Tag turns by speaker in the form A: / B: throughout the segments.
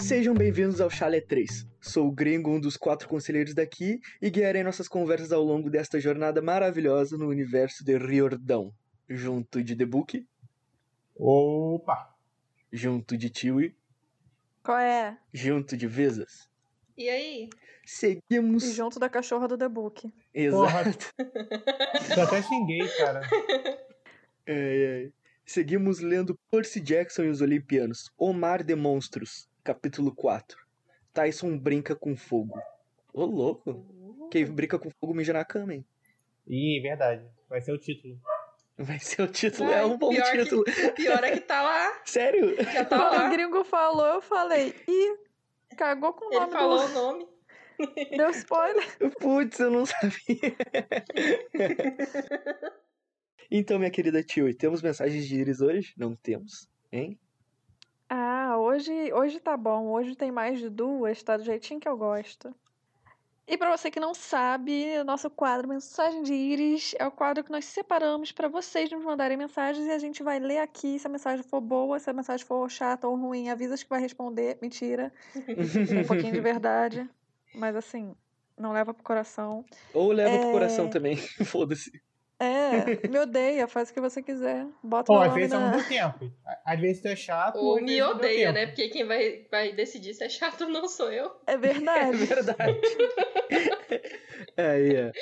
A: Sejam bem-vindos ao Chalé 3. Sou o Gringo, um dos quatro conselheiros daqui, e guiarei nossas conversas ao longo desta jornada maravilhosa no universo de Riordão. Junto de The Book,
B: Opa!
A: junto de Tiwi,
C: Qual é?
A: junto de Vezas.
D: E
C: E
D: aí?
A: Seguimos.
C: junto da cachorra do The Book.
A: Exato.
B: Porra! Eu até xinguei, cara.
A: Ai, ai. Seguimos lendo Percy Jackson e os Olimpianos, O Mar de Monstros, capítulo 4. Tyson brinca com fogo. Ô, louco! Quem brinca com fogo mija na cama, hein?
B: Ih, verdade. Vai ser o título.
A: Vai ser o título,
D: Ai,
A: é um bom
D: pior que-
A: título.
D: O pior é que tá lá.
A: Sério?
D: Já tá
C: Quando Então, o
D: lá.
C: gringo falou, eu falei, ih, cagou com o
D: Ele
C: nome do...
D: falou o nome.
C: Deu spoiler.
A: Putz, eu não sabia. então, minha querida Tio, temos mensagens de íris hoje? Não temos, hein?
C: Ah, hoje, hoje tá bom. Hoje tem mais de duas, tá do jeitinho que eu gosto. E pra você que não sabe, o nosso quadro Mensagem de Íris é o quadro que nós separamos pra vocês nos mandarem mensagens e a gente vai ler aqui. Se a mensagem for boa, se a mensagem for chata ou ruim, avisa que vai responder. Mentira. Tem um pouquinho de verdade, mas assim, não leva pro coração.
A: Ou leva pro
C: É.
A: coração também, foda-se.
C: É, me odeia, faz o que você quiser. Bota
B: Pô,
C: o
B: às
C: nome
B: vezes é
C: na...
B: muito tempo. Às vezes tu é
A: Tá
B: chato.
D: Ou
B: às
D: me
B: vezes não deu
D: odeia,
B: tempo.
D: né? Porque quem vai, vai decidir se é chato ou não sou eu.
C: É
A: É
C: verdade.
A: verdade. Aí, é.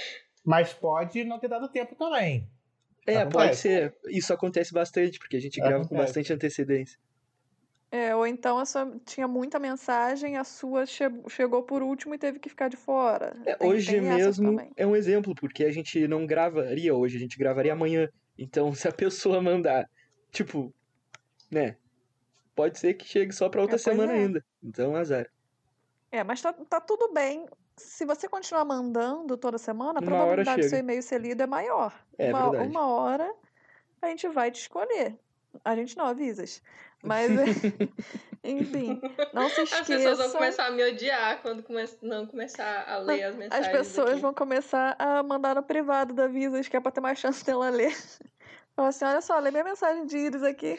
B: Mas pode não ter dado tempo também.
A: É,
C: Tá
A: pode
B: Acontece.
A: ser. Isso acontece bastante, porque a gente grava com
B: Acontece.
A: bastante antecedência.
C: É, ou então a sua tinha muita mensagem, a sua che- chegou por último e teve que ficar de fora.
A: É,
C: Tem-
A: hoje
C: tem essas
A: mesmo
C: também.
A: é um exemplo, porque a gente não gravaria hoje, a gente gravaria amanhã. Então, se a pessoa mandar, tipo, né? Pode ser que chegue só pra outra
C: É, pois
A: semana
C: é.
A: ainda. Então, azar.
C: É, mas tá, tá tudo bem. Se você continuar mandando toda semana, a
A: Uma hora
C: probabilidade do seu
A: chega.
C: e-mail ser lido é maior.
A: É
C: uma,
A: verdade.
C: uma hora a gente vai te escolher. A gente não avisas. Mas, enfim, não se esqueça.
D: As pessoas vão começar a me odiar quando come... não começar a ler as mensagens.
C: As pessoas
D: aqui.
C: vão começar a mandar no privado da Visas, que é pra ter mais chance dela ler. Fala assim, olha só, lê minha mensagem de Iris aqui.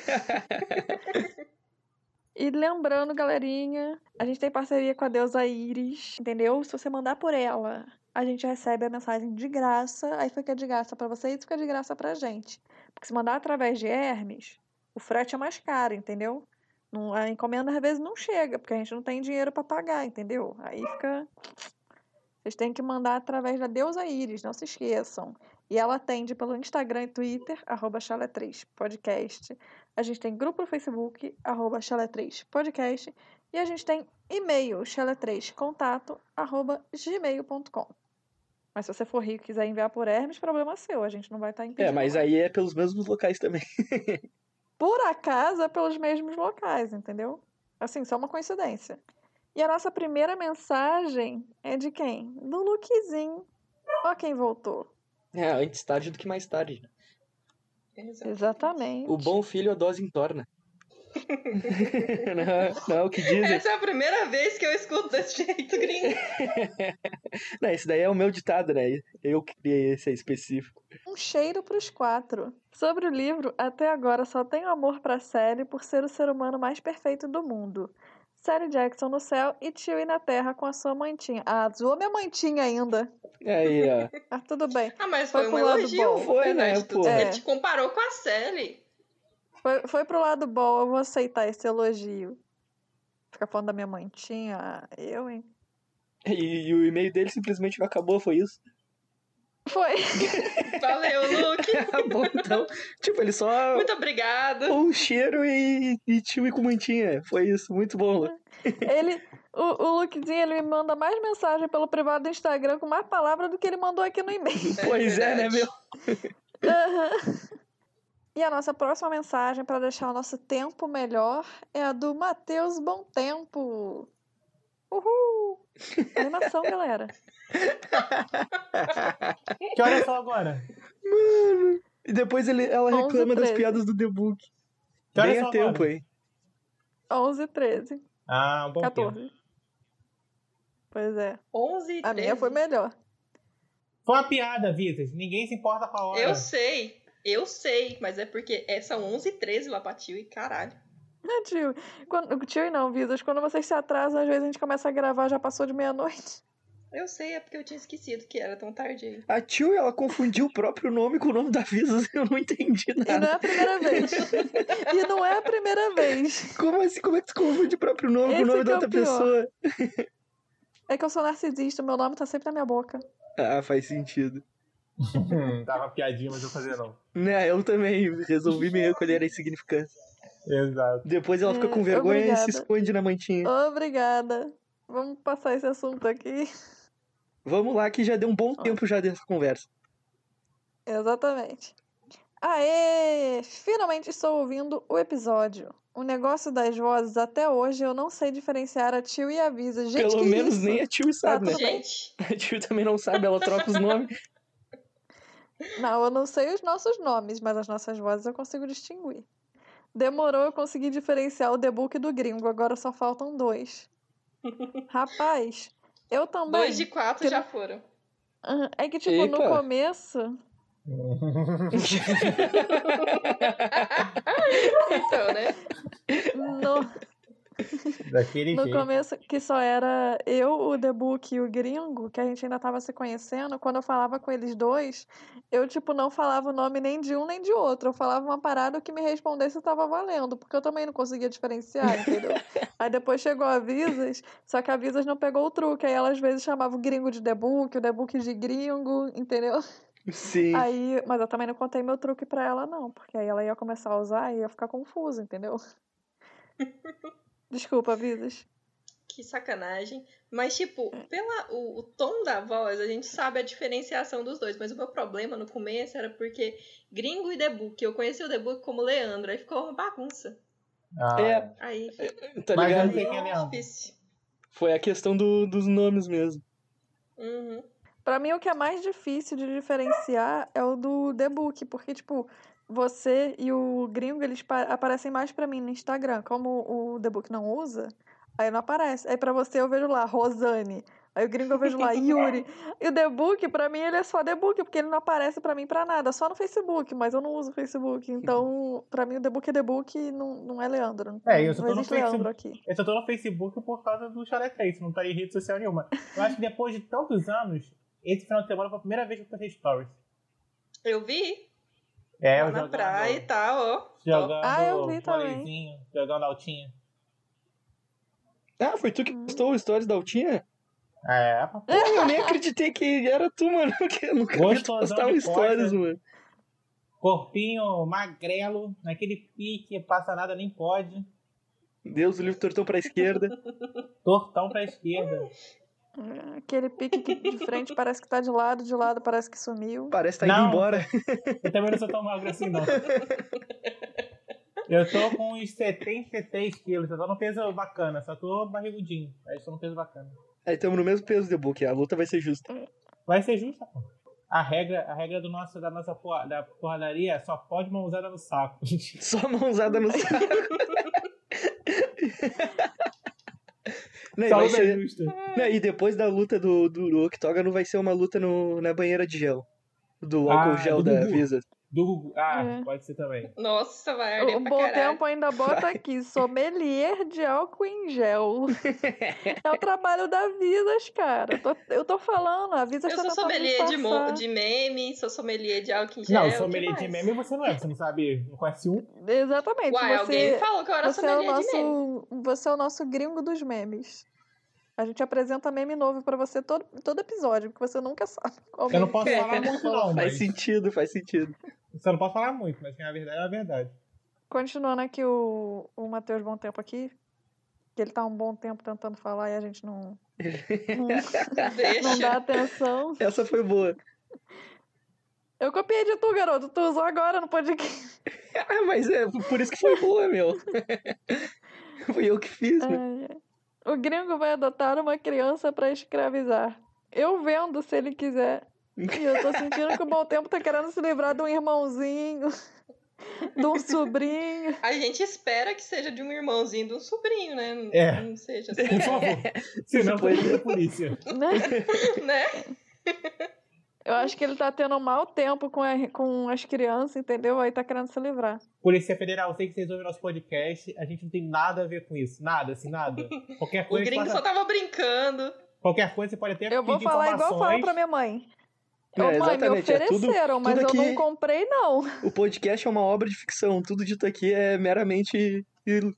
C: e lembrando, galerinha, a gente tem parceria com a deusa Iris, entendeu? Se você mandar por ela, a gente recebe a mensagem de graça, aí fica de graça pra vocês e fica de graça pra gente. Porque se mandar através de Hermes, o frete é mais caro, entendeu? Não- a encomenda às vezes não chega, porque a gente não tem dinheiro pra pagar, entendeu? Aí fica. Vocês têm que mandar através da deusa Iris, não se esqueçam. E ela atende pelo Instagram e Twitter, arroba chalé3 podcast. A gente tem grupo no Facebook, arroba chalé3 podcast. E a gente tem e-mail, chalé3 contato, arroba gmail.com. Mas se você for rico e quiser enviar por Hermes, problema seu, a gente não vai estar impedindo.
A: É, mas
C: nada.
A: aí é pelos mesmos locais também.
C: por acaso é pelos mesmos locais, entendeu? Assim, só uma coincidência. E a nossa primeira mensagem é de quem? Do Luquezinho. Ó quem voltou.
A: É, antes tarde do que mais tarde. né?
C: Exatamente.
A: O bom filho a dose entorna. não, não, é o que dizem.
D: Essa é a primeira vez que eu escuto desse jeito, gringo.
A: Não, esse daí é o meu ditado, né? Eu que criei esse aí específico.
C: Um cheiro pros quatro. Sobre o livro, até agora só tenho amor pra Sally por ser o ser humano mais perfeito do mundo. Sally Jackson no céu e tio na terra com a sua mantinha. Ah, zoou minha mantinha ainda.
A: É, Aí, ó.
C: Ah, tudo bem.
D: Ah, mas
C: Foi
D: foi um
C: pro lado
D: elogio.
C: bom.
A: Foi,
D: apesar
A: né,
D: de tudo.
A: pô.
D: Ele
C: É.
D: te comparou com a Sally.
C: Foi, foi pro lado bom, eu vou aceitar esse elogio. Fica falando da minha mantinha, ah, eu, hein?
A: E, e o e-mail dele simplesmente não acabou, foi isso?
C: Foi.
D: Valeu, Luke.
A: Tá bom, então. Tipo, ele só.
D: Muito obrigado.
A: Um cheiro e, e tio e com mantinha. Foi isso, muito bom. Lu.
C: Ele, o, o Lukezinho, ele me manda mais mensagem pelo privado do Instagram com mais palavra do que ele mandou aqui no e-mail.
A: Pois é, né,
D: verdade.
A: meu?
C: Aham. E a nossa próxima mensagem para deixar o nosso tempo melhor é a do Matheus Bom Tempo. Uhul! Animação, galera.
B: Que horas são agora?
A: E depois ele, ela
C: 11,
A: reclama das
C: 13.
A: piadas do The Book.
B: Que horas
A: Bem
B: são
A: a tempo,
B: Então, agora?
A: hein?
C: 11 e 13.
B: Ah, um bom tempo.
C: 14. Pois é.
D: 11 e
C: A minha
D: 13.
C: foi melhor.
B: Foi uma piada, Vitas. Ninguém se importa com a hora.
D: Eu sei, eu sei, mas é porque é, são 11 e 13 lá pra tio e caralho.
C: Não, tio. Quando, tio não, Vidas. Quando vocês se atrasam, às vezes a gente começa a gravar, já passou de meia-noite.
D: Eu sei, é porque eu tinha esquecido que era tão tarde aí.
A: A tio, ela confundiu o próprio nome com o nome da Visas. Eu não entendi
C: E não
A: nada.
C: é a primeira vez. e não é a primeira vez.
A: Como assim? Como é que tu confunde o próprio nome com o
C: Esse
A: nome
C: que
A: da
C: é o
A: outra
C: pior.
A: pessoa?
C: É que eu sou narcisista, meu nome tá sempre na minha boca.
A: Ah, faz sentido.
B: Hum, Tava piadinha, mas eu fazia não.
A: Né, eu também resolvi me recolher a insignificância.
B: Exato.
A: Depois ela fica
C: É,
A: com vergonha e se
C: obrigada.
A: esconde na mantinha.
C: Obrigada. Vamos passar esse assunto aqui.
A: Vamos lá, que já deu um bom
C: Ah.
A: tempo já dessa conversa.
C: Exatamente. Aê! Finalmente estou ouvindo o episódio. O negócio das vozes até hoje eu não sei diferenciar a tio e a Visa. Gente,
A: Pelo
C: que
A: menos
C: isso? Tá
A: nem a tio sabe, né?
C: Tudo bem.
D: Gente,
A: A tio também não sabe, ela troca os nomes.
C: Não, eu não sei os nossos nomes, mas as nossas vozes eu consigo distinguir. Demorou eu conseguir diferenciar o debug do gringo, agora só faltam dois. Rapaz, eu também.
D: dois de quatro já foram.
C: Aham, É que, tipo, no
A: Epa.
C: começo.
D: Então, né?
C: No,
B: Daquele
C: no
B: jeito.
C: começo, que só era eu, o The Book e o Gringo, que a gente ainda tava se conhecendo, quando eu falava com eles dois, eu, tipo, não falava o nome nem de um nem de outro. Eu falava uma parada o que me respondesse tava valendo, porque eu também não conseguia diferenciar, entendeu? aí depois chegou a Visas, só que a Visas não pegou o truque. Aí ela às vezes chamava o Gringo de The Book, o The Book de Gringo, entendeu?
A: Sim.
C: Aí, mas eu também não contei meu truque pra ela, não, porque aí ela ia começar a usar e ia ficar confusa, entendeu? Desculpa, Visas.
D: Que sacanagem. Mas, tipo, pela, o, o tom da voz, a gente sabe a diferenciação dos dois. Mas o meu problema no começo era porque gringo e The Book. Eu conheci o The Book como Leandro, aí ficou uma bagunça.
B: Ah,
A: É.
D: Aí
A: Tá
B: Mas eu
A: ligado?
B: não sei quem é Leandro.
D: difícil.
A: Foi a questão do- dos nomes mesmo.
D: Uhum.
C: Pra mim, o que é mais difícil de diferenciar é o do The Book, porque, tipo, você e o Gringo, eles pa- aparecem mais pra mim no Instagram. Como o The Book não usa, aí não aparece. Aí pra você eu vejo lá, Rosane. Aí o Gringo eu vejo lá, Yuri. E o The Book, pra mim, ele é só The Book, porque ele não aparece pra mim pra nada, só no Facebook, mas eu não uso o Facebook. Então, pra mim, o The Book é The Book e não, não é Leandro.
B: É, eu só
C: não
B: tô no
C: existe Leandro aqui.
B: Eu só tô no Facebook por causa do Xaretrês, não tá em rede social nenhuma. Eu acho que depois de tantos anos, esse final de semana foi a primeira vez que eu postei stories.
D: Eu vi
B: É,
D: lá
B: eu
D: na
B: jogando,
D: praia e tal, ó.
B: jogando
C: Ah, eu vi também.
B: vôleizinho, jogando altinha.
A: Ah, foi tu que
C: Hum.
A: postou o stories da Altinha?
B: É, papai.
A: Pô, eu nem acreditei que era tu, mano. Que eu nunca vi tu
B: Gostosão
A: postar
B: de
A: um stories,
B: coisa.
A: mano.
B: corpinho magrelo, naquele pique, passa nada nem pode,
A: Deus, o livro tortão pra esquerda.
B: tortão pra esquerda.
C: É, Aquele pique que de frente parece que tá de lado, de lado parece que sumiu.
A: Parece que tá indo
B: Não.
A: embora.
B: Eu também não sou tão magro assim, não. Eu tô com uns 73 quilos, eu tô num peso bacana, só tô barrigudinho, aí tô num peso bacana.
A: Aí tamo no mesmo peso de book. A luta vai ser justa.
B: Vai ser justa, pô. A regra, a regra do nosso, da nossa porra- da porradaria é só pode mãozada no saco.
A: Só mãozada no saco. Não, e vai
B: Saúde
A: ser-
B: é justa.
A: não, e depois da luta do, do octógono vai ser uma luta no, na banheira de gel. Do
B: Ah,
A: álcool gel
B: do
A: da
B: Gugu.
A: Visa.
B: Do Gugu. Ah,
C: É.
B: pode ser também.
D: Nossa, vai arder
C: O
D: pra
C: Bom
D: caralho.
C: Tempo ainda bota aqui, sommelier de álcool em gel. é o trabalho da Visas, cara. Tô- eu tô falando, a Visas
D: Eu
C: tá
D: sou
C: tentando
D: sommelier de, mo-
C: disfarçar.
D: de meme, sou sommelier de álcool em gel.
B: Não,
C: é,
D: o que
B: sommelier de
D: mais?
B: meme você não é, você não sabe, não conhece um.
C: Exatamente,
D: Uai, alguém
C: você,
D: falou que eu era
C: você, é o
D: sommelier de meme.
C: nosso, você é o nosso gringo dos memes. A gente apresenta meme novo pra você todo, todo episódio, porque você nunca sabe qual
B: Eu não
C: meme
B: posso
C: que é.
B: falar muito não,
A: Faz
B: mas...
A: sentido, faz sentido.
B: Você não pode falar muito, mas a verdade é a verdade.
C: Continuando aqui o, o Matheus Bom Tempo aqui, que ele tá um bom tempo tentando falar e a gente não, não, não dá
D: Deixa.
C: atenção.
A: Essa foi boa.
C: Eu copiei de tu, garoto. Tu usou agora no podcast.
A: Ah, mas é por isso que foi boa, meu. Foi eu que fiz, né?
C: Ai, ai. O gringo vai adotar uma criança pra escravizar. Eu vendo se ele quiser. E eu tô sentindo que o bom tempo tá querendo se livrar de um irmãozinho, de um sobrinho.
D: A gente espera que seja de um irmãozinho, de um sobrinho, né?
B: É.
D: Não seja
B: Por
D: assim,
B: favor. Senão eu tô
A: Pois é.
B: indo pra polícia.
C: Né?
D: né?
C: Eu acho que ele tá tendo um mau tempo com, a- com as crianças, entendeu? Aí tá querendo se livrar.
B: Polícia Federal, sei que vocês ouvem nosso podcast, a gente não tem nada a ver com isso. Nada, assim, nada. Qualquer
D: O
B: coisa,
D: gringo
B: passa-
D: só tava brincando.
B: qualquer coisa você pode até
C: Eu vou
B: pedir
C: falar igual
B: É
C: eu falo
B: informações.
C: pra minha mãe.
A: É,
C: Ô, mãe, me
A: exatamente, é tudo-
C: ofereceram, mas
A: tudo
C: eu
A: que-
C: não comprei, não.
A: O podcast é uma obra de ficção. Tudo dito aqui é meramente il-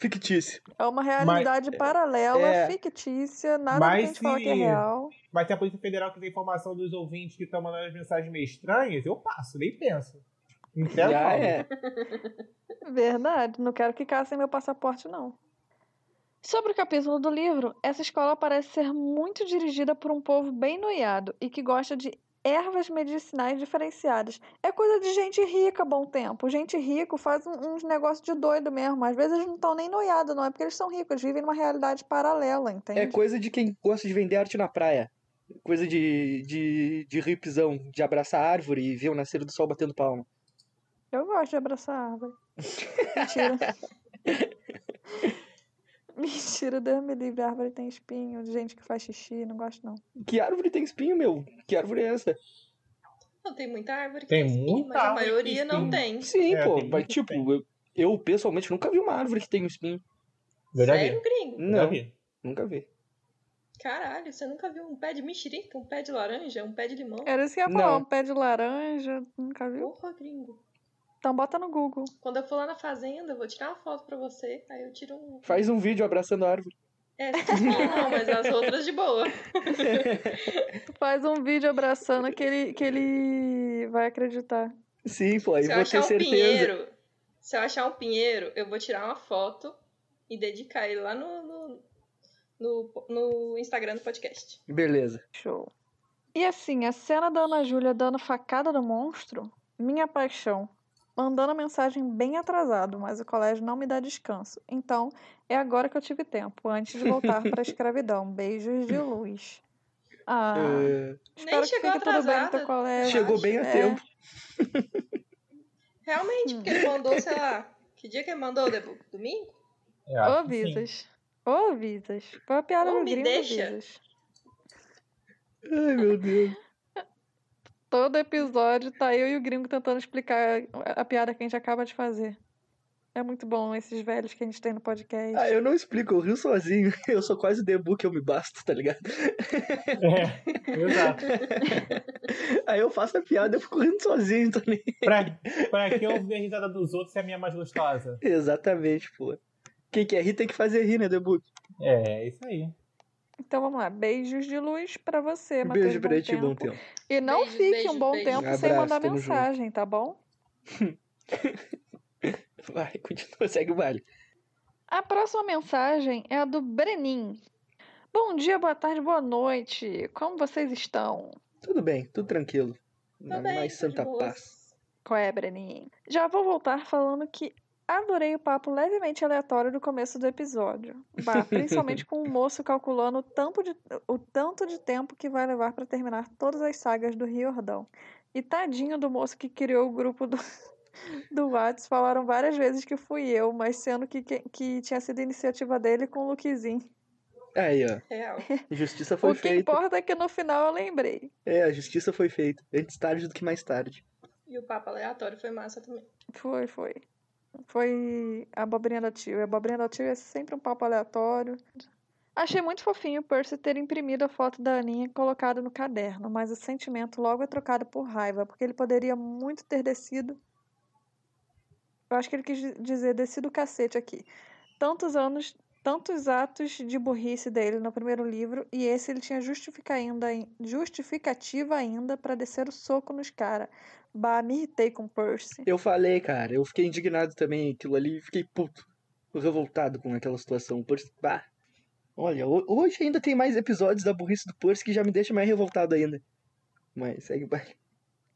A: fictício.
C: É uma realidade paralela,
A: é.
C: fictícia, nada do que
B: Mas
C: a gente fala que é
B: se-
C: real.
B: Mas se a Polícia Federal quiser informação dos ouvintes que estão mandando as mensagens meio estranhas, eu passo, nem penso. Então,
A: Já
B: Paulo,
A: é.
C: Verdade, não quero ficar sem meu passaporte, não. Sobre o capítulo do livro, essa escola parece ser muito dirigida por um povo bem noiado e que gosta de ervas medicinais diferenciadas. É coisa de gente rica, bom tempo. Gente rico faz um- uns negócios de doido mesmo. Às vezes eles não estão nem noiados, não. É porque eles são ricos, eles vivem numa realidade paralela, entende?
A: É coisa de quem gosta de vender arte na praia. Coisa de, de, de hipzão, de abraçar árvore e ver o nascer do sol batendo palma.
C: Eu gosto de abraçar a árvore. Mentira. Mentira, Deus me livre. A árvore tem espinho, de gente que faz xixi, não gosto não.
A: Que árvore tem espinho, meu? Que árvore é essa?
D: Não, tem muita árvore que
B: Tem
D: tem, espinho,
B: muita
D: mas a
B: árvore que tem
D: maioria não tem.
B: espinho.
A: Sim,
B: É,
A: pô.
B: tem
A: Mas,
B: muito
A: tipo,
B: espinho.
A: eu, eu, pessoalmente nunca vi uma árvore que tem um espinho.
B: eu já vi.
D: Sério, gringo?
B: eu já
A: Não,
B: vi.
A: nunca vi.
D: Caralho, você nunca viu um pé de mexerica, um pé de laranja, um pé de limão?
B: É.
C: Era isso que eu ia falar,
A: Não.
C: um pé de laranja, nunca viu?
D: Porra, gringo.
C: Então bota no Google.
D: Quando eu for lá na fazenda, eu vou tirar uma foto pra você. Aí eu tiro um.
A: Faz um vídeo abraçando a árvore.
D: É, esse espinho não, mas as outras de boa.
C: Tu faz um vídeo abraçando que ele, que ele vai acreditar.
A: Sim, pô, aí
D: Se eu
A: vou
D: achar
A: ter
D: um
A: certeza.
D: pinheiro, se eu achar um pinheiro, eu vou tirar uma foto e dedicar ele lá no, no, no, no Instagram do podcast.
A: Beleza.
C: Show. E assim, a cena da Ana Júlia dando facada no monstro, minha paixão. Mandando a mensagem bem atrasado, mas o colégio não me dá descanso. Então, é agora que eu tive tempo, antes de voltar para a escravidão. Beijos de luz. Ah,
A: É,
C: espero que
D: chegou
C: fique tudo bem no teu
D: atrasada.
C: colégio.
A: chegou
D: acho,
A: bem a
C: é.
A: tempo.
D: Realmente,
C: Hum.
D: porque ele mandou, sei lá. Que dia que ele mandou, Debu? Domingo?
B: Eu
C: Ô,
B: É, acho que sim.
C: Visas. Ô, Visas. Foi a piada
D: Ô,
C: do
D: me
C: gringo,
D: deixa.
C: Visas.
D: é.
A: Ai, meu Deus.
C: Todo episódio tá eu e o gringo tentando explicar a a piada que a gente acaba de fazer. É muito bom esses velhos que a gente tem no podcast.
A: Ah, eu não explico, eu rio sozinho. Eu sou quase o Debu que eu me basto, tá ligado?
B: É, exato.
A: Aí eu faço a piada, eu fico rindo sozinho, tá ligado?
B: Pra, pra que ouvir a risada dos outros se é a minha mais gostosa?
A: Exatamente, pô. Quem quer rir tem que fazer rir, né, Debu?
B: É, é isso aí.
C: Então vamos lá, beijos de luz pra você, Matheus.
A: Beijo pra ti, bom
C: tempo.
A: tempo.
C: E não
D: Beijos,
C: fique
D: beijos,
C: um bom
D: beijos.
C: tempo sem
A: Abraço,
C: mandar
A: tamo
C: mensagem, tá bom?
A: Vai, continua, segue o baile.
C: A próxima mensagem é a do Brenin. Bom dia, boa tarde, boa noite. Como vocês estão?
A: Tudo bem, tudo tranquilo.
D: Tá
A: Na
D: bem,
A: mais
D: tô de
A: santa
D: boas.
A: paz.
C: Qual é, Brenin? Já vou voltar falando que adorei o papo levemente aleatório do começo do episódio. Bah, principalmente com o moço calculando o, tampo de- o tanto de tempo que vai levar pra terminar todas as sagas do Riordão. E tadinho do moço que criou o grupo do, do Whats, falaram várias vezes que fui eu, mas sendo que, que, que tinha sido iniciativa dele com o Luquezinho.
A: Aí, ó.
D: Real.
A: Justiça foi
C: O que
A: feita.
C: importa é que no final eu lembrei.
A: É, a justiça foi feita. Antes tarde do que mais tarde.
D: E o papo aleatório foi massa também.
C: Foi, foi. Foi a abobrinha da tio. A abobrinha da tio é sempre um papo aleatório. Achei muito fofinho o Percy ter imprimido a foto da Aninha e colocado no caderno, mas o sentimento logo é trocado por raiva, porque ele poderia muito ter descido. Eu acho que ele quis di- dizer descido o cacete aqui. Tantos anos, tantos atos de burrice dele no primeiro livro, e esse ele tinha justifica ainda, justificativa ainda para descer o soco nos cara. Bah, me irritei com o Percy.
A: Eu falei, cara, eu fiquei indignado também aquilo ali, fiquei puto. Revoltado com aquela situação. Por... Bah. Olha, ho- hoje ainda tem mais episódios da burrice do Percy que já me deixa mais revoltado ainda. Mas é segue o baile.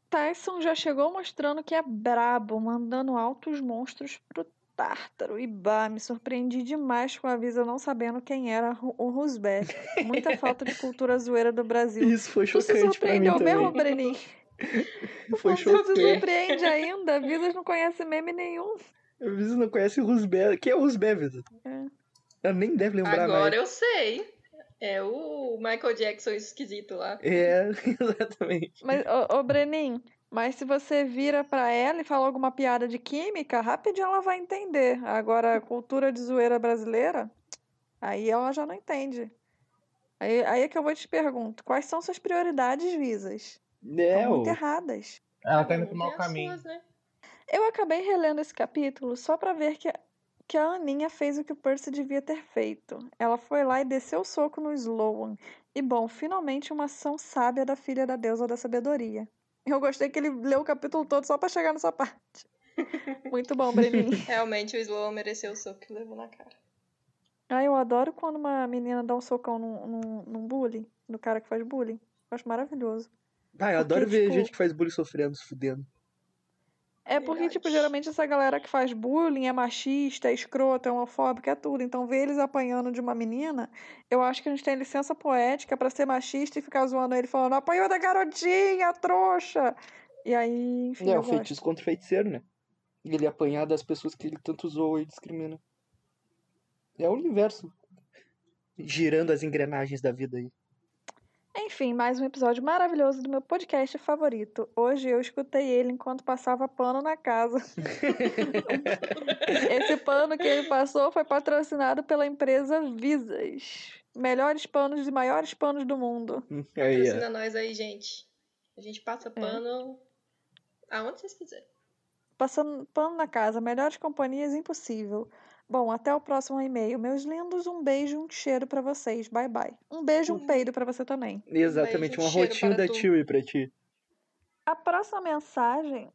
C: Tyson já chegou mostrando que é brabo, mandando altos monstros pro Tártaro. E bah, me surpreendi demais com a Visa não sabendo quem era Ru- o Roosevelt. Muita falta de cultura zoeira do Brasil.
A: Isso foi
C: Tu se
A: chocante pra mim
C: surpreendeu mesmo,
A: também.
C: Brenin?
A: Foi
C: Tu se
A: chocante.
C: surpreende ainda? A Visas não conhece meme nenhum.
A: Eu Visa não conhece o Rusbé. Quem é o Rusbé, Visa?
C: É.
A: Ela nem deve lembrar
D: Agora
A: mais.
D: eu sei. É o Michael Jackson esquisito lá.
A: É, exatamente.
C: Mas, ô, ô Brenin, mas se você vira pra ela e fala alguma piada de química, rapidinho ela vai entender. Agora, a cultura de zoeira brasileira, aí ela já não entende. Aí, aí é que eu vou te pergunto, quais são suas prioridades visas?
A: É,
C: Estão muito
A: ô.
C: erradas.
B: Ela tá indo pro
D: Tem
B: mau
C: é
D: as
B: caminho.
D: suas, né?
C: Eu acabei relendo esse capítulo só pra ver que, que a Aninha fez o que o Percy devia ter feito. Ela foi lá e desceu o soco no Sloan. E bom, finalmente uma ação sábia da filha da deusa da sabedoria. Eu gostei que ele leu o capítulo todo só pra chegar nessa parte. Muito bom, Breninho.
D: Realmente o Sloan mereceu o soco que levou na cara.
C: Ah, eu adoro quando uma menina dá um socão num, num, num bullying, no cara que faz bullying. Eu acho maravilhoso.
A: Ah, eu
C: Porque,
A: adoro ver
C: tipo-
A: gente que faz bullying sofrendo, se fudendo.
C: É porque, tipo,
D: Verdade.
C: geralmente essa galera que faz bullying é machista, é escrota, é homofóbica, é tudo. Então, ver eles apanhando de uma menina, eu acho que a gente tem licença poética pra ser machista e ficar zoando ele falando apanhou da garotinha, trouxa! E aí, enfim,
A: é,
C: eu
A: o feitiço
C: gosto.
A: contra o feiticeiro, né? Ele apanhar das pessoas que ele tanto zoa e discrimina. É o universo. Girando as engrenagens da vida aí.
C: Enfim, mais um episódio maravilhoso do meu podcast favorito. Hoje eu escutei ele enquanto passava pano na casa. Esse pano que ele passou foi patrocinado pela empresa Visas. Melhores panos e maiores panos do mundo.
A: Hum, Aí, é. ó.
D: Patrocina nós aí, gente. A gente passa pano aonde vocês quiserem.
C: Passando pano na casa, melhores companhias impossível. Bom, até o próximo e-mail. Meus lindos, um beijo, um cheiro pra vocês. Bye bye. Um beijo, um
D: Um-
C: peido pra você também.
A: Exatamente,
D: beijo,
A: um
D: um cheiro
A: arrotinho
D: para
A: da
D: tu.
A: Chewie pra ti.
C: A próxima mensagem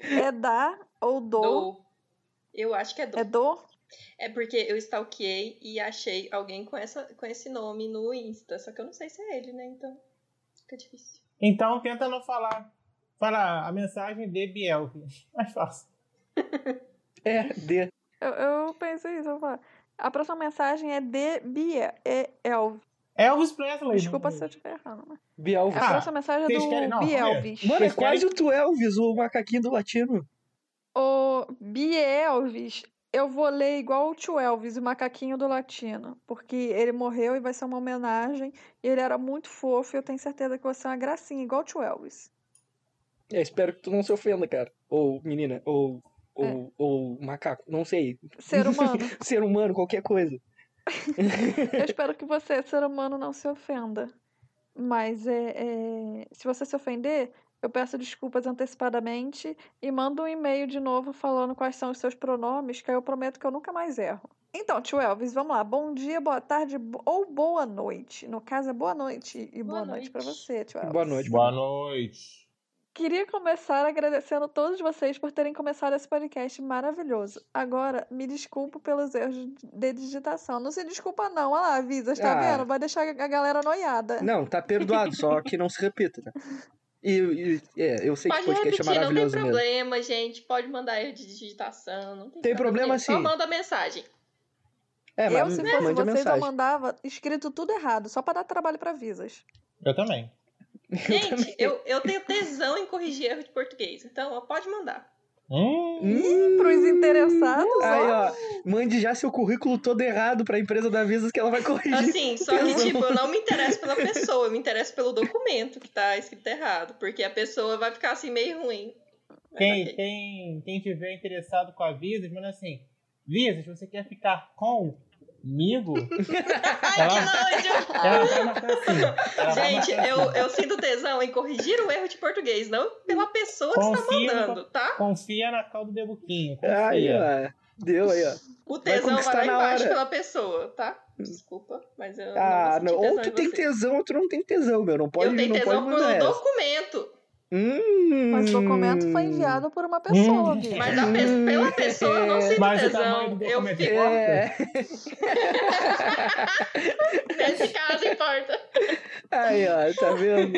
C: é da ou do.
D: Dou. Eu acho que é do.
C: É do?
D: É porque eu stalkeei e achei alguém com, essa, com esse nome no Insta. Só que eu não sei se é ele, né? Então fica difícil.
B: Então tenta não falar. Fala a mensagem de Biel. Mais fácil.
A: É, D.
C: Eu, eu pensei isso. Eu vou falar. A próxima mensagem é de Bia. É Elvis.
B: Elvis Presley.
C: Desculpa
B: não-
C: se eu estiver errando. mas-
A: Bialvis.
C: A
B: Ah,
C: próxima mensagem é
B: vocês
C: do
B: querem- não, calma aí.
C: Bielvis.
A: Mano, é
B: vocês
A: quase o Tu Elvis, o macaquinho do latino.
C: O Bielvis, eu vou ler igual o tio Elvis, o macaquinho do latino, porque ele morreu e vai ser uma homenagem. E ele era muito fofo e eu tenho certeza que você é uma gracinha, igual o tio Elvis.
A: É, espero que tu não se ofenda, cara. Ou menina, ou. Ou, ou macaco, não sei.
C: Ser humano,
A: Ser humano, qualquer coisa.
C: eu espero que você, ser humano, não se ofenda. Mas é, é, se você se ofender, eu peço desculpas antecipadamente e mando um e-mail de novo falando quais são os seus pronomes, que aí eu prometo que eu nunca mais erro. Então, tio Elvis, vamos lá. Bom dia, boa tarde bo- ou boa noite. No caso, é boa noite e boa,
D: Boa
C: noite, pra
D: noite.
C: você, tio Elvis.
A: Boa noite.
B: Boa noite.
C: Queria começar agradecendo a todos vocês por terem começado esse podcast maravilhoso. Agora, me desculpo pelos erros de digitação. Não se desculpa não. Olha lá, Visa, tá
A: Ah.
C: vendo? Vai deixar a galera noiada.
A: Não, tá perdoado, só que não se repita, né? E, e- é, eu sei que
D: Pode
A: o podcast é
D: repetir, não tem
A: maravilhoso mesmo.
D: problema, gente. Pode mandar erro de digitação. Não tem,
A: Tem problema,
D: Só
A: sim.
D: manda mensagem.
A: É,
C: eu,
A: mas
C: se
A: m-
C: fosse
A: mande a
C: vocês, eu
A: mensagem.
C: mandava escrito tudo errado, só pra dar trabalho pra Visas.
B: Eu também.
D: Gente, eu, eu tenho tesão em corrigir erro de português. Então, ó, pode mandar.
B: Hum,
A: Hum,
C: um Pros interessados,
A: Aí,
C: ó.
A: ó, mande já seu currículo todo errado pra empresa da Visas que ela vai corrigir.
D: Assim, só que, tipo, eu não me interesso pela pessoa, eu me interesso pelo documento que tá escrito errado. Porque a pessoa vai ficar assim meio ruim. Mas
B: quem,
D: ok.
B: quem, quem tiver interessado com a Visas, manda assim. Visas, você quer ficar comigo? ela,
D: Ai, que nojo!
B: ela vai marcar assim. Ela vai
D: Gente, é
B: marcar
D: eu,
B: assim.
D: eu sinto tesão em corrigir o erro de português, não pela pessoa que
B: Confirmo.
D: está mandando, tá?
B: Confia na caldo de buquinho. Confia.
A: Aí, ó. Deu aí, ó.
D: O
A: Vai
D: tesão vai,
A: conquistar
D: lá
A: na
D: embaixo
A: hora.
D: pela pessoa, tá? Desculpa, mas eu
A: Ah,
D: não
A: não.
D: vou sentir
A: Ou
D: tesão em
A: tu tem
D: você.
A: tesão ou tu não tem tesão, meu. Não pode,
D: eu tenho
A: não pode
D: tesão pelo
A: mandar essa.
D: documento,
A: Hum.
C: Mas o documento foi enviado por uma pessoa,
B: Hum.
C: Visa.
D: mas a pe-
A: Hum.
D: pela pessoa eu não sinto
B: Mas o tamanho
D: tesão.
B: do
D: Eu
B: documento
D: fico,
A: É.
D: nesse caso importa.
A: Aí, ó, tá vendo?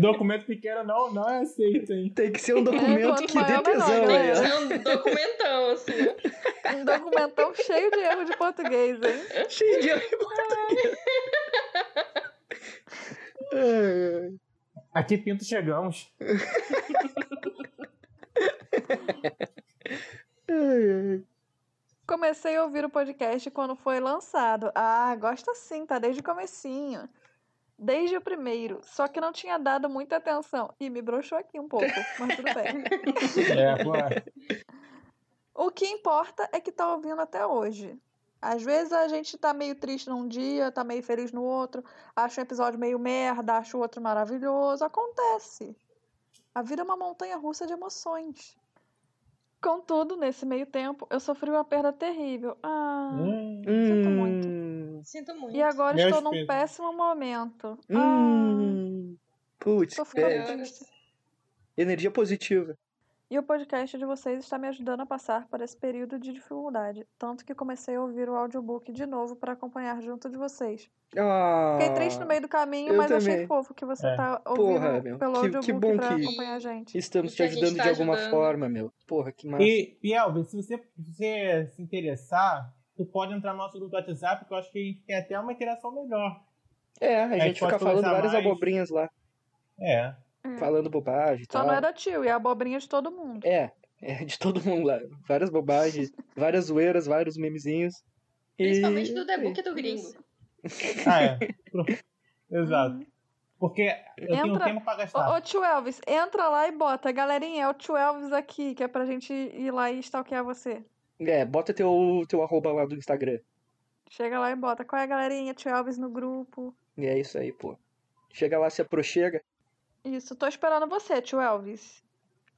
B: Documento pequeno não, não é aceito, hein?
A: Tem que ser um
C: É,
A: documento
C: quanto
A: que dê
C: maior, menor,
A: tesão
C: né?
A: aí,
D: Tem
A: ó.
D: que ser um documentão, assim.
C: Um documentão cheio de erro de português, hein?
A: Cheio de erro em português. Ai, ai.
B: Aqui Pinto chegamos.
A: Ai, ai.
C: Comecei a ouvir o podcast quando foi lançado. Ah, gosta sim, tá desde o comecinho. Desde o primeiro, só que não tinha dado muita atenção. E me broxou aqui um pouco, mas tudo bem.
B: É, pô.
C: O que importa é que tá ouvindo até hoje. Às vezes a gente tá meio triste num dia, tá meio feliz no outro, acha um episódio meio merda, acha o outro maravilhoso. Acontece. A vida é uma montanha russa de emoções. Contudo, nesse meio tempo, eu sofri uma perda terrível. Ah.
B: Hum.
C: Sinto muito.
A: Hum,
D: Sinto muito.
C: E agora
B: Meus
C: estou num
B: pêsames.
C: péssimo momento. Ah.
A: hum. Putz,
C: Tô
A: é,
C: ficando triste.
A: energia positiva.
C: E o podcast de vocês está me ajudando a passar por esse período de dificuldade. Tanto que comecei a ouvir o audiobook de novo para acompanhar junto de vocês.
A: Ah,
C: Fiquei triste no meio do caminho,
A: eu
C: mas achei
A: também.
C: fofo que você
B: É.
C: tá ouvindo
A: Porra, meu,
C: pelo
A: que- que
C: audiobook
A: bom
C: pra
A: que-
C: acompanhar a gente.
A: Estamos te
D: E que a gente
A: ajudando
D: tá
A: de alguma
D: ajudando.
A: forma, meu. Porra, que massa.
B: E, e Elvis, se você, se você se interessar, tu pode entrar no nosso grupo do WhatsApp, que eu acho que a gente tem até uma interação melhor.
A: É, a
B: É,
A: gente
B: que pode
A: fica falando
B: conversar
A: várias
B: mais.
A: abobrinhas lá,
B: É.
C: É.
A: falando bobagem e
C: Só
A: tal.
C: não é da tio, é a abobrinha de todo mundo.
A: É, é de todo mundo lá. Várias bobagens, várias zoeiras, vários memezinhos. E-
D: Principalmente do debug do gringo.
C: Isso.
B: Ah, é. Exato. Tá. Porque eu
D: É
B: tenho
C: Entra-
B: tempo pra
C: Ô,
B: gastar.
C: ô, tio Elvis, entra lá e bota. Galerinha, é o tio Elvis aqui, que é pra gente ir lá e stalkear você.
A: É, bota teu, teu arroba lá do Instagram.
C: Chega lá e bota. Qual é a galerinha? Tio Elvis no grupo.
A: E é isso aí, pô. Chega lá, se aproxega.
C: Isso, tô esperando você, tio Elvis.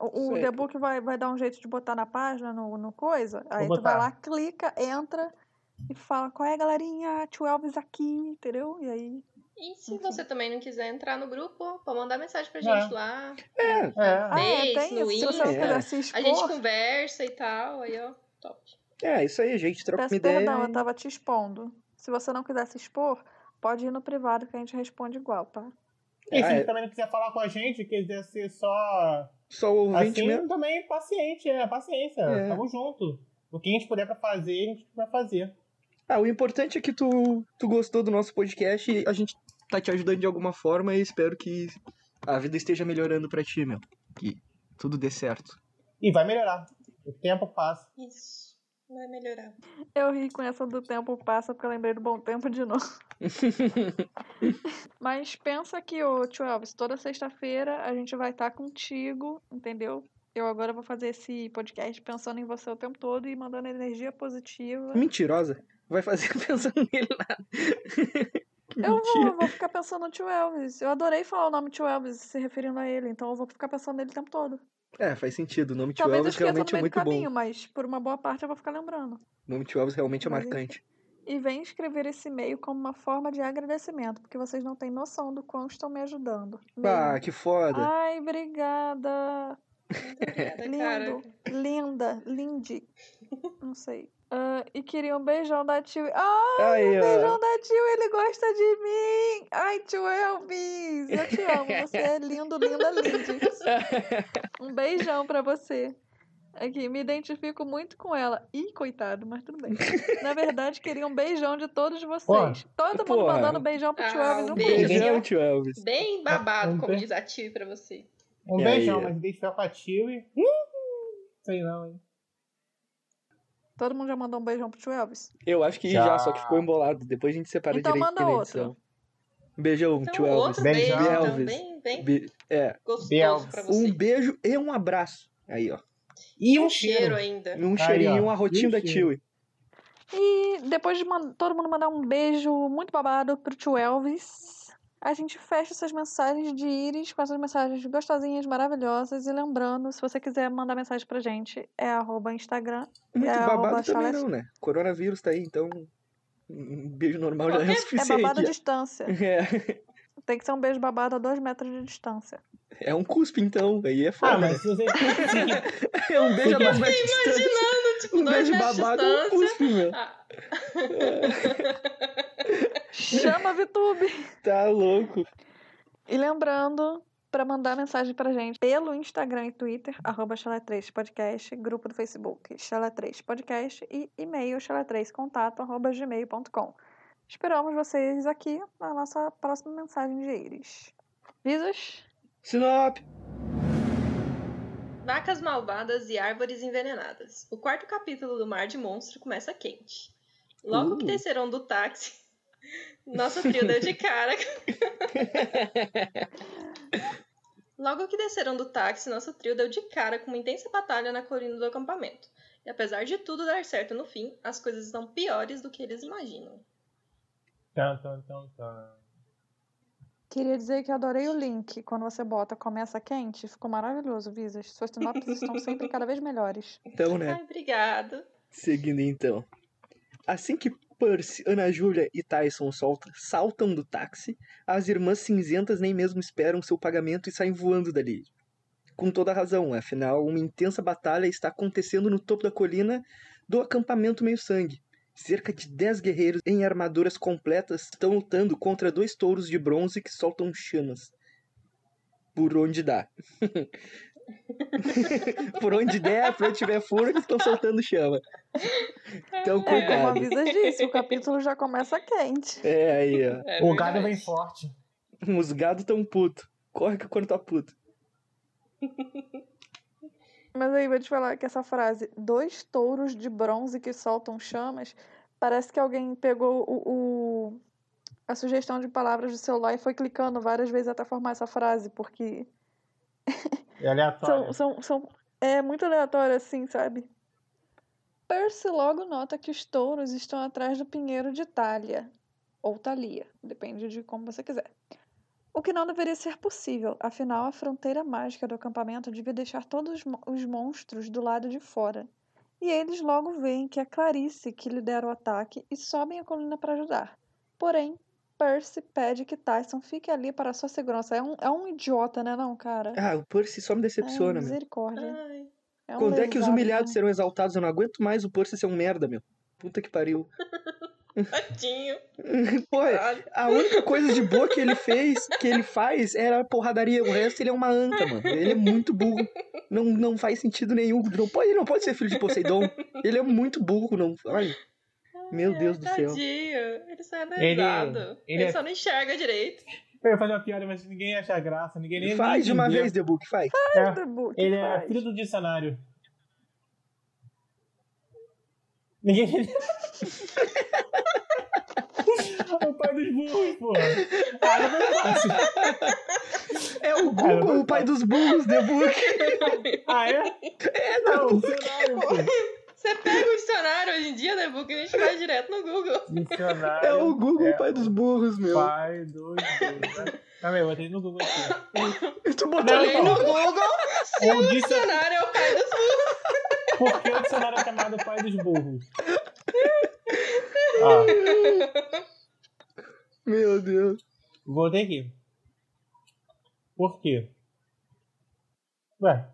C: O,
A: Isso
C: o
A: aí,
C: The
A: pô.
C: Book vai, vai dar um jeito de botar na página, no, no coisa. Aí tu
B: botar.
C: vai lá, clica, entra e fala: Qual é, galerinha? Tio Elvis aqui, entendeu? E aí.
D: E se
C: Enfim.
D: você também não quiser entrar no grupo, pode mandar mensagem pra gente lá.
A: É,
B: É.
C: Ah, é,
D: Face,
C: tem
D: no
C: isso. Se você não
A: Insta.
C: quiser se expor.
D: A gente conversa e tal, aí ó, top.
A: é isso aí, gente. Troca uma
C: Peço
A: ideia.
C: perdão, né?
A: e-
C: eu tava te expondo. Se você não quiser se expor, pode ir no privado que a gente responde igual, tá?
B: E se
A: Ah, é.
B: também não quiser falar com a gente, quiser ser só
A: Só o ouvinte
B: assim,
A: mesmo.
B: também paciente, é paciência.
A: É.
B: Tamo junto. O que a gente puder pra fazer, a gente vai fazer.
A: Ah, o importante é que tu, tu gostou do nosso podcast e a gente tá te ajudando de alguma forma e espero que a vida esteja melhorando pra ti, meu. Que tudo dê certo.
B: E vai melhorar. O tempo passa.
D: Isso. Vai melhorar.
C: Eu ri com essa do tempo passa porque eu lembrei do bom tempo de novo. Mas pensa que, ô tio Elvis, toda sexta-feira a gente vai estar contigo, entendeu? Eu agora vou fazer esse podcast pensando em você o tempo todo e mandando energia positiva.
A: Hum, Mentirosa. Vai fazer pensando nele nada. que
C: Eu
A: mentira.
C: vou, vou ficar pensando no tio Elvis. Eu adorei falar o nome tio Elvis se referindo a ele, então eu vou ficar pensando nele o tempo todo.
A: É, faz sentido. O nome Tio
C: Talvez eu
A: Elvis
C: esqueça no
A: realmente é
C: meio do
A: muito bom.
C: caminho, mas por uma boa parte eu vou ficar lembrando.
A: O nome Tio Elvis realmente é
C: Mas, enfim.
A: marcante.
C: E vem escrever esse e-mail como uma forma de agradecimento, porque vocês não têm noção do quão estão me ajudando.
A: Ah,
C: Mesmo.
A: que foda.
C: Ai, obrigada.
D: Muito obrigada, cara.
C: Lindo, linda, linde. Não sei. Ah, e queria um beijão da tio. Ah,
A: Aí, ó.
C: beijão da tio, ele gosta de mim. Ai, tio Elvis, eu te amo. Você é lindo, linda, linde. Um beijão pra você. Aqui, me identifico muito com ela. Ih, coitado, mas tudo bem. Na verdade, queria um beijão de todos vocês. Todo mundo
A: porra.
C: mandando beijão pro tio
D: Ah,
C: Elvis
D: um
C: no
D: beijo.
C: grupo.
A: Beijão, Tio Elvis.
D: Bem babado,
B: Não
D: como
B: tem-
D: diz a Tio pra você.
B: Um
A: E aí,
B: beijão,
A: é.
B: mas identificar com a tio e. Hum, Sei não, hein?
C: Todo mundo já mandou um beijão pro tio Elvis?
A: Eu acho que já, só que ficou embolado. Depois a gente separa
C: Então
A: direito
C: manda
A: aqui na
C: outro.
A: edição. Beijão,
D: Então,
A: Um Tio Elvis.
D: outro
B: Beijão.
D: beijo, então,
A: Elvis.
D: bem, bem
A: Be- é,
D: gostoso
B: Elvis.
D: pra você.
A: um beijo e um abraço. Aí, ó.
B: E
D: Um
B: um cheiro.
D: cheiro ainda.
A: Um
B: Aí,
A: cheirinho,
B: ó.
A: uma rotinha
B: E um
A: da
B: cheiro.
A: Tio.
C: E depois de man- todo mundo mandar um beijo muito babado pro tio Elvis, a gente fecha essas mensagens de íris com essas mensagens gostosinhas, maravilhosas. E lembrando, se você quiser mandar mensagem pra gente, é arroba Instagram.
A: Muito
C: É,
A: babado
C: arroba
A: também
C: chalé-
A: não, né? Coronavírus tá aí, então... Um beijo normal já é o
D: Qualquer- é
C: É
A: suficiente.
C: babado à
A: já.
C: distância.
A: É,
C: Tem que ser um beijo babado a dois metros de distância.
A: é um cuspe, então. Aí é foda.
B: Ah, mas se você.
A: É um beijo a mais mais distância.
D: Tipo,
A: Um
D: dois
A: beijo
D: metros de
A: babado é um
D: distância.
A: cuspe, meu.
D: Ah,
C: Chama a Vitube!
A: Tá louco.
C: E lembrando, pra mandar mensagem pra gente pelo Instagram e Twitter, arroba chalé3podcast, grupo do Facebook chalé3podcast e e-mail chalé3contato.gmail.com. Esperamos vocês aqui na nossa próxima mensagem de íris. Visos?
A: Sinop.
D: Vacas malvadas e árvores envenenadas. O quarto capítulo do Mar de Monstro começa quente. Logo que
A: Uh.
D: desceram do táxi, nosso trio deu de cara. Logo que desceram do táxi, nosso trio deu de cara com uma intensa batalha na colina do acampamento. E apesar de tudo dar certo no fim, as coisas estão piores do que eles imaginam.
B: Tan, tan, tan, tan.
C: Queria dizer que eu adorei o link. Quando você bota começa quente, ficou maravilhoso, Visas. Suas sinopses estão sempre cada vez melhores.
A: Então, né?
D: Ai, obrigado.
A: Seguindo então. Assim que Percy, Ana Júlia e Tyson solta- saltam do táxi, as irmãs cinzentas nem mesmo esperam seu pagamento e saem voando dali. Com toda razão, afinal, uma intensa batalha está acontecendo no topo da colina do acampamento meio-sangue. Cerca de 10 guerreiros em armaduras completas estão lutando contra dois touros de bronze que soltam chamas. Por onde dá. por onde der, por onde tiver furo, eles estão soltando chama. Então,
D: É,
C: É, como a
A: cuidado.
C: Visas disse, o capítulo já começa quente.
A: É, aí, ó.
D: É
B: o gado
D: verdade.
B: vem forte.
A: Os gados tão puto. Corre que o corno tá puto.
C: Mas aí vou te falar que essa frase, dois touros de bronze que soltam chamas, parece que alguém pegou o, o- a sugestão de palavras do celular e foi clicando várias vezes até formar essa frase, porque
B: É aleatório.
C: são, são, são é muito aleatório assim, sabe? Percy logo nota que os touros estão atrás do pinheiro de Talha, ou Thalia, depende de como você quiser. O que não deveria ser possível, afinal a fronteira mágica do acampamento devia deixar todos os mon- os monstros do lado de fora. E eles logo veem que é Clarice que lidera o ataque e sobem a colina para ajudar. Porém, Percy pede que Tyson fique ali para sua segurança. É um, é um idiota, né, não, cara?
A: Ah, o Percy só me
C: Ai,
A: decepciona, meu.
C: misericórdia.
D: Ai,
C: É um
A: Quando é que os
C: lesado
A: humilhados
C: também.
A: serão exaltados? Eu não aguento mais o Percy ser um merda, meu. Puta que pariu.
D: tadinho.
A: Pô,
D: Caralho.
A: a única coisa de boa que ele fez, que ele faz, era a porradaria. O resto ele é uma anta, mano. Ele é muito burro. Não, não faz sentido nenhum. Não pode, ele não pode ser filho de Poseidon. Ele é muito burro. Não, ai. Meu
D: É,
A: Deus do céu.
D: Tadinho. Ele só é
B: Ele-
D: lesado. Ele,
B: ele é-
D: só não enxerga direito.
B: Eu ia fazer uma piada, mas ninguém ia achar graça. Ninguém nem
A: Faz de uma
B: entendeu.
A: vez, The Book, faz.
B: É,
C: Book,
B: ele é
C: faz.
B: filho do dicionário. Ninguém. o pai dos burros, porra. Ah, não é fácil.
A: É o
B: Cara,
A: Google, o pai dos burros, The Book.
B: Ah, é? É, não. dicionário, pô.
D: Você pega o dicionário hoje em dia, né, Book? A gente vai direto no Google.
B: Dicionário.
A: É o Google,
B: é
A: o pai dos burros, meu.
B: Pai dos burros. Calma aí, eu botei no Google aqui.
A: Tu
B: Não,
A: botou
D: Olhei no Google,
B: O dicionário.
D: dicionário é o pai dos burros.
B: Por que o dicionário é chamado pai dos burros? Ah.
A: Meu Deus.
B: Voltei aqui. Por quê? Ué,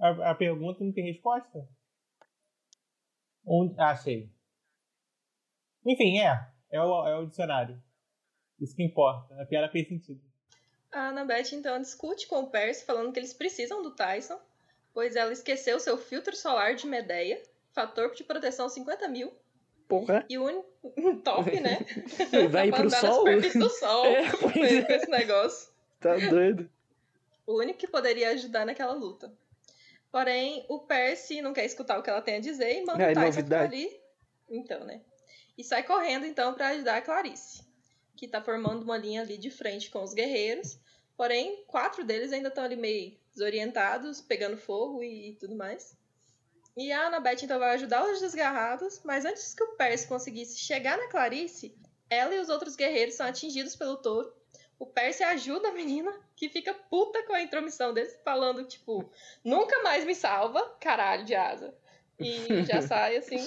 B: a, a pergunta não tem resposta? Onde, ah, achei. Enfim, é. É o, é o dicionário. Isso que importa. A piada fez sentido.
D: A Annabeth, então, discute com o Percy, falando que eles precisam do Tyson, pois ela esqueceu seu filtro solar de Medeia, fator de proteção 50 mil,
A: Porra.
D: e o un... top, né?
A: Vai
D: Pra
A: pro
D: andar
A: sol?
D: Na superfície do sol.
A: É,
D: com
A: pois é.
D: esse negócio.
A: Tá doido.
D: O único que poderia ajudar naquela luta. Porém, o Percy não quer escutar o que ela tem a dizer e manda
A: Ah,
D: o
A: é
D: Tyson
A: novidade.
D: ficar ali. Então, né? E sai correndo, então, pra ajudar a Clarice, que tá formando uma linha ali de frente com os guerreiros. Porém, quatro deles ainda estão ali meio desorientados, pegando fogo e, e tudo mais. E a Annabeth, então, vai ajudar os desgarrados, mas antes que o Percy conseguisse chegar na Clarice, ela e os outros guerreiros são atingidos pelo touro o Percy ajuda a menina, que fica puta com a intromissão deles, falando, tipo, nunca mais me salva, caralho de asa. E já sai, assim,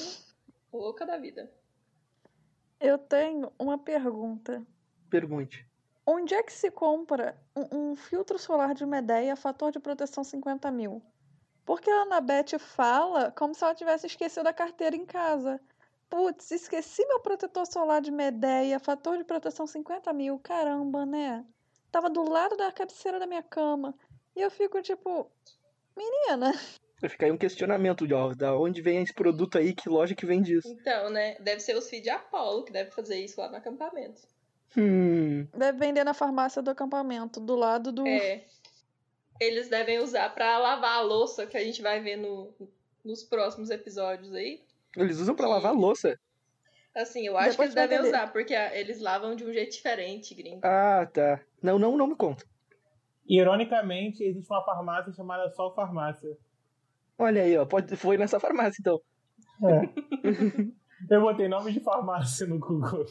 D: louca da vida.
C: Eu tenho uma pergunta.
A: Pergunte.
C: Onde é que se compra um, um filtro solar de Medeia fator de proteção 50 mil? Porque a Anabete fala como se ela tivesse esquecido a carteira em casa. Putz, esqueci meu protetor solar de Medeia, fator de proteção 50 mil. Caramba, né? Tava do lado da cabeceira da minha cama. E eu fico tipo, menina,
A: Fica aí um questionamento de, ó, da onde vem esse produto aí, que loja que vende isso.
D: Então, né, deve ser os filhos de Apolo que devem fazer isso lá no acampamento.
A: Hum.
C: deve vender na farmácia do acampamento, do lado do.
D: É, eles devem usar pra lavar a louça que a gente vai ver no, nos próximos episódios aí.
A: Eles usam pra lavar a louça.
D: Assim, eu acho
C: Depois
D: que eles
C: vai
D: devem
C: entender.
D: usar, porque ah, eles lavam de um jeito diferente, gringo.
A: Ah, tá. Não, não, não me conta.
B: Ironicamente, existe uma farmácia chamada Sol Farmácia.
A: Olha aí, ó. Pode, foi nessa farmácia, então.
B: Eu botei nome de farmácia no Google.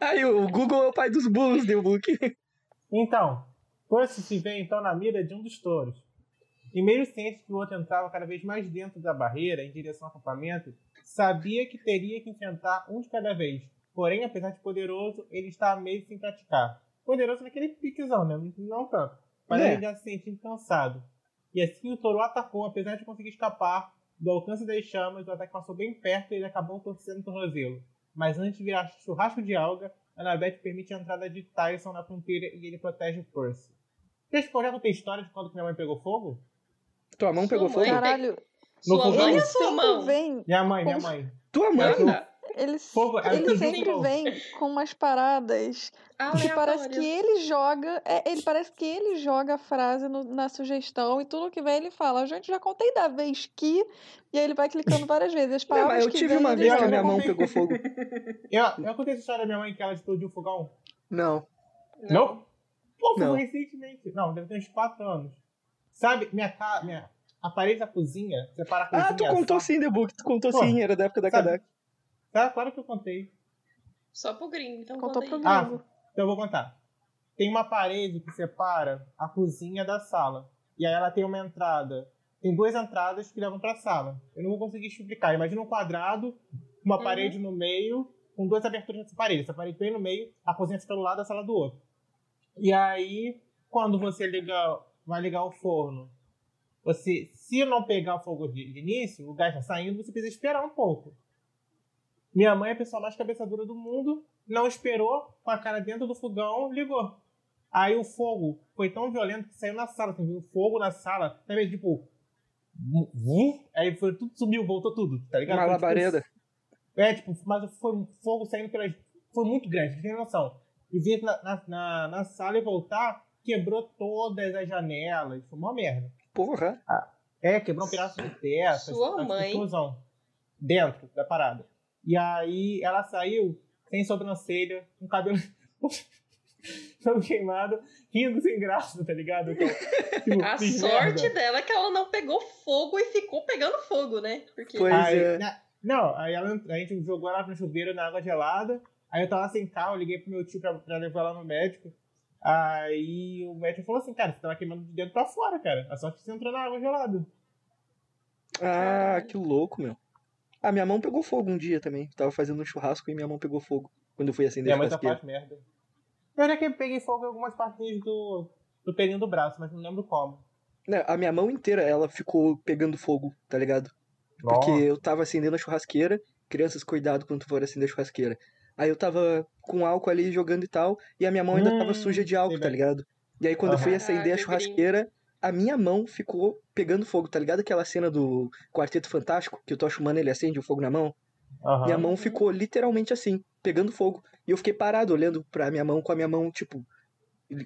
A: Aí, o Google é o pai dos burros, deu book.
B: Então, Percy se vê então na mira de um dos touros. E mesmo ciente que o outro entrava cada vez mais dentro da barreira, em direção ao acampamento, sabia que teria que enfrentar um de cada vez. Porém, apesar de poderoso, ele está a meio sem praticar. Poderoso naquele piquezão, né? Não tanto. Mas
A: É.
B: ele já se sentindo cansado. E assim o touro o atacou, apesar de conseguir escapar do alcance das chamas, o ataque passou bem perto e ele acabou torcendo o tornozelo. Mas antes de virar churrasco de alga, Annabeth permite a entrada de Tyson na fronteira e ele protege o Percy. Vocês já contei a história de quando que minha mãe pegou fogo?
A: Tua mão pegou
D: Sua mãe.
A: fogo?
C: Caralho,
D: Sua
B: Não,
D: mãe
B: não.
D: e
C: ele
D: a sua
C: sempre
D: mão.
C: vem.
B: Minha mãe, minha mãe.
A: Tua mão? É,
D: Anda.
C: Ele,
B: Fogo, ela
C: ele
B: pediu
C: sempre
B: fogo.
C: vem com umas paradas
D: Ah, é
C: que parece que
D: Aleatório.
C: ele joga. é, ele parece que ele joga a frase no- na sugestão e tudo que vem ele fala. Gente, já contei da vez que. E aí ele vai clicando várias vezes. As
A: Não,
C: palavras
A: mas eu
C: que
A: tive
C: vem,
A: uma
C: ele
A: vez que
C: joga.
A: a minha mão
B: comigo.
A: pegou fogo.
B: Eu, eu contei essa história da minha mãe que ela explodiu o fogão?
A: Não.
B: Não? Pô, foi
A: Não.
B: recentemente. Não, deve ter uns 4 anos. Sabe, minha casa, minha, a parede da cozinha, separa a cozinha.
A: Ah, tu
B: e a
A: contou
B: sala.
A: sim, The Book. Tu contou
B: Pô,
A: sim, era da época da
B: sabe?
A: Kadak.
B: Tá, claro que eu contei.
D: Só pro gringo, então
C: Contou
D: conta
C: pro
D: aí.
B: Ah,
C: gringo.
B: Então eu vou contar. Tem uma parede que separa a cozinha da sala. E aí ela tem uma entrada. Tem duas entradas que levam pra sala. Eu não vou conseguir explicar. Imagina um quadrado, uma
D: Uhum.
B: parede no meio, com duas aberturas nessa parede. Essa parede bem no meio, a cozinha fica do lado, a sala do outro. E aí, quando você liga, vai ligar o forno, você, se não pegar o fogo de, de início, o gás tá saindo, você precisa esperar um pouco. Minha mãe é a pessoa mais cabeça dura do mundo, não esperou, com a cara dentro do fogão, ligou. Aí o fogo foi tão violento que saiu na sala, assim, viu fogo na sala, sabe, tipo... vum, vum, Aí foi, tudo sumiu, voltou tudo, tá ligado? Foi, tipo,
A: Malabareda.
B: é, tipo, mas foi um fogo saindo pelas. Foi muito grande, tem noção. E vir na, na, na, na sala e voltar, quebrou todas as janelas. Foi uma merda.
A: Porra.
B: É, quebrou um pedaço de teto.
D: Sua
B: a
D: mãe.
B: Explosão, dentro da parada. E aí ela saiu sem sobrancelha, com cabelo todo queimado, rindo sem graça, tá ligado? Então, tipo,
D: A
B: fiz
D: sorte
B: merda.
D: dela é que ela não pegou fogo e ficou pegando fogo, né? Porque
A: Pois
B: aí,
A: é.
B: na- não, aí ela- a gente jogou ela na chuveira, na água gelada. Aí eu tava sem carro, liguei pro meu tio pra, pra levar ela no médico. Aí o médico falou assim, cara, você tava queimando de dentro pra fora, cara. A sorte é que você entrou na água gelada.
A: Ah, que louco, meu. Ah, minha mão pegou fogo um dia também. Tava fazendo um churrasco e minha mão pegou fogo quando eu fui acender
B: Minha
A: a
B: mãe tá só
A: churrasqueira.
B: faz merda. Eu já que peguei fogo em algumas partes do, do pelinho do braço, mas não lembro como.
A: Né, A minha mão inteira, ela ficou pegando fogo, tá ligado? Porque eu tava acendendo a churrasqueira. Crianças, cuidado quando for acender a churrasqueira. Aí eu tava com álcool ali jogando e tal, e a minha mão ainda tava
B: Hum,
A: suja de
B: sei
A: álcool, tá
B: bem.
A: ligado? E aí quando eu fui
B: Aham.
A: acender a
D: Caraca,
A: churrasqueira, a minha mão ficou pegando fogo, tá ligado? Aquela cena do Quarteto Fantástico, que o Tocha Humana ele acende o fogo na mão.
B: Aham.
A: Minha mão
D: Uhum.
A: ficou literalmente assim, pegando fogo. E eu fiquei parado olhando pra minha mão com a minha mão, tipo,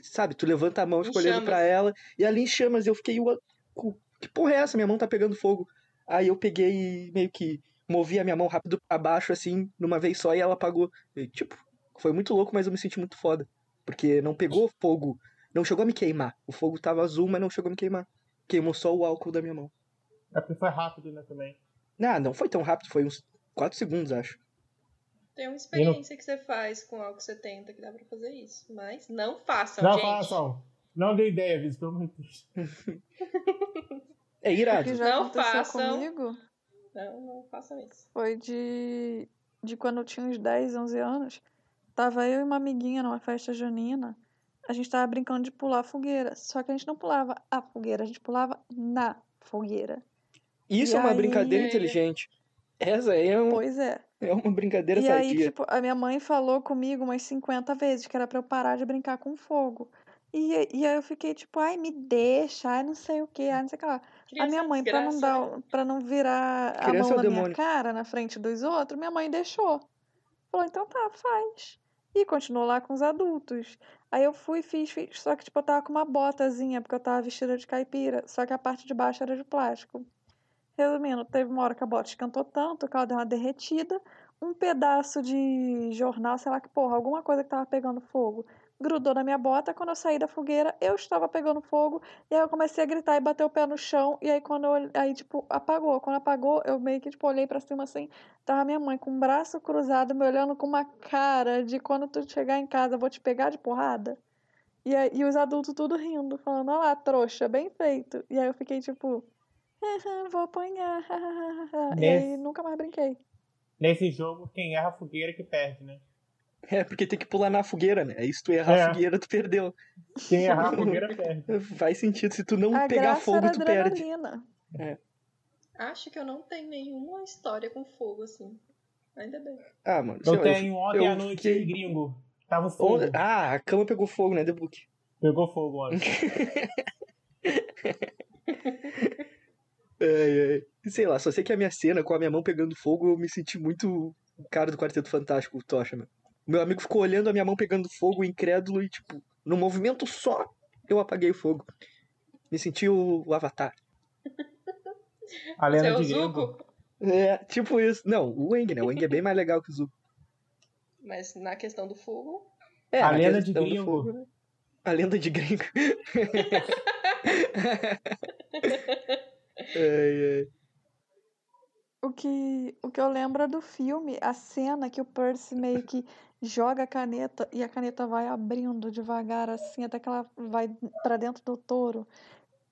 A: sabe, tu levanta a mão,
D: Em
A: fica olhando pra
D: chamas.
A: ela, e ali em chamas eu fiquei, "Ua, cu- que porra é essa? Minha mão tá pegando fogo. Aí eu peguei e meio que movi a minha mão rápido pra baixo, assim, numa vez só, e ela apagou. E, tipo, foi muito louco, mas eu me senti muito foda. Porque não pegou fogo, não chegou a me queimar. O fogo tava azul, mas não chegou a me queimar. Queimou só o álcool da minha mão.
B: É porque foi rápido, né, também.
A: Ah, não foi tão rápido, foi uns 4 segundos, acho.
D: tem uma experiência que você faz com algo que você tenta que dá pra fazer isso. Mas não façam,
B: não,
D: Então, gente.
B: façam. Não dê ideia, Viz, pelo amor de Deus.
A: É
C: O
A: irado.
C: que já
D: Não
C: aconteceu
D: façam.
C: comigo
D: Não, não façam isso.
C: foi de, de quando eu tinha uns 10, 11 anos. Tava eu e uma amiguinha numa festa junina. A gente tava brincando de pular fogueira. Só que a gente não pulava a fogueira, a gente pulava na fogueira.
A: Isso
C: E
A: é uma
C: aí-
A: brincadeira inteligente. Essa aí é, um-
C: Pois é.
A: é uma brincadeira
C: E aí,
A: sadia.
C: tipo, a minha mãe falou comigo umas 50 vezes que era pra eu parar de brincar com fogo. E, e aí eu fiquei tipo, ai, me deixa, ai, não sei o que, ai, não sei o que lá. A minha mãe, pra não, dar, o- pra não virar a
A: Criança é
C: mão
A: o
C: na minha
A: demônio.
C: cara na frente dos outros, minha mãe deixou. Falou, então tá, faz. e continuou lá com os adultos. Aí eu fui, fiz, fiz, só que tipo, eu tava com uma botazinha, porque eu tava vestida de caipira, só que a parte de baixo era de plástico. Resumindo, teve uma hora que a bota esquentou tanto, que ela deu uma derretida, um pedaço de jornal, sei lá que porra, alguma coisa que tava pegando fogo, grudou na minha bota. Quando eu saí da fogueira, eu estava pegando fogo, e aí eu comecei a gritar e bater o pé no chão, e aí quando eu, olhe- aí tipo, apagou. Quando apagou, eu meio que tipo olhei pra cima assim, tava minha mãe com o braço cruzado, me olhando com uma cara de quando tu chegar em casa, eu vou te pegar de porrada. E aí e os adultos tudo rindo, falando: "Olha lá, trouxa, bem feito". E aí eu fiquei tipo, vou apanhar. E
A: Né?
C: aí
B: Nesse-
C: nunca mais brinquei.
B: Nesse jogo, quem erra a fogueira que perde, né?
A: É, porque tem que pular na fogueira, né? Aí se tu errar
B: É.
A: a fogueira, tu perdeu.
B: Quem errar a fogueira perde.
A: Faz sentido, se tu não
C: A
A: pegar
C: graça era
A: fogo, tu perde.
C: adrenalina.
D: Acho que eu não tenho nenhuma história com fogo, assim. Ainda bem.
A: Ah, mano. sei
B: Eu
A: lá,
B: tenho ontem
A: eu
B: à noite
A: fiquei-
B: gringo. Tava fogo.
A: Onde- Ah, a cama pegou fogo, né, The Book?
B: Pegou fogo ontem.
A: Ai, ai. Sei lá, só sei que a minha cena com a minha mão pegando fogo, eu me senti muito o cara do Quarteto Fantástico, o Tocha, meu. Meu amigo ficou olhando a minha mão pegando fogo, incrédulo, e tipo, num movimento só, eu apaguei o fogo. Me senti o, o Avatar.
B: A lenda
D: Seu
B: de gringo.
D: Zuko.
A: É, tipo isso. Não, o Wang, né? O Wang é bem mais legal que o Zuko.
D: Mas na questão do fogo,
A: É,
B: A
A: na
B: lenda de
A: questão do
B: gringo.
A: fogo, né? A lenda de gringo. Ai, ai.
C: O que, o que eu lembro é do filme, a cena que o Percy meio que joga a caneta e a caneta vai abrindo devagar, assim, até que ela vai pra dentro do touro.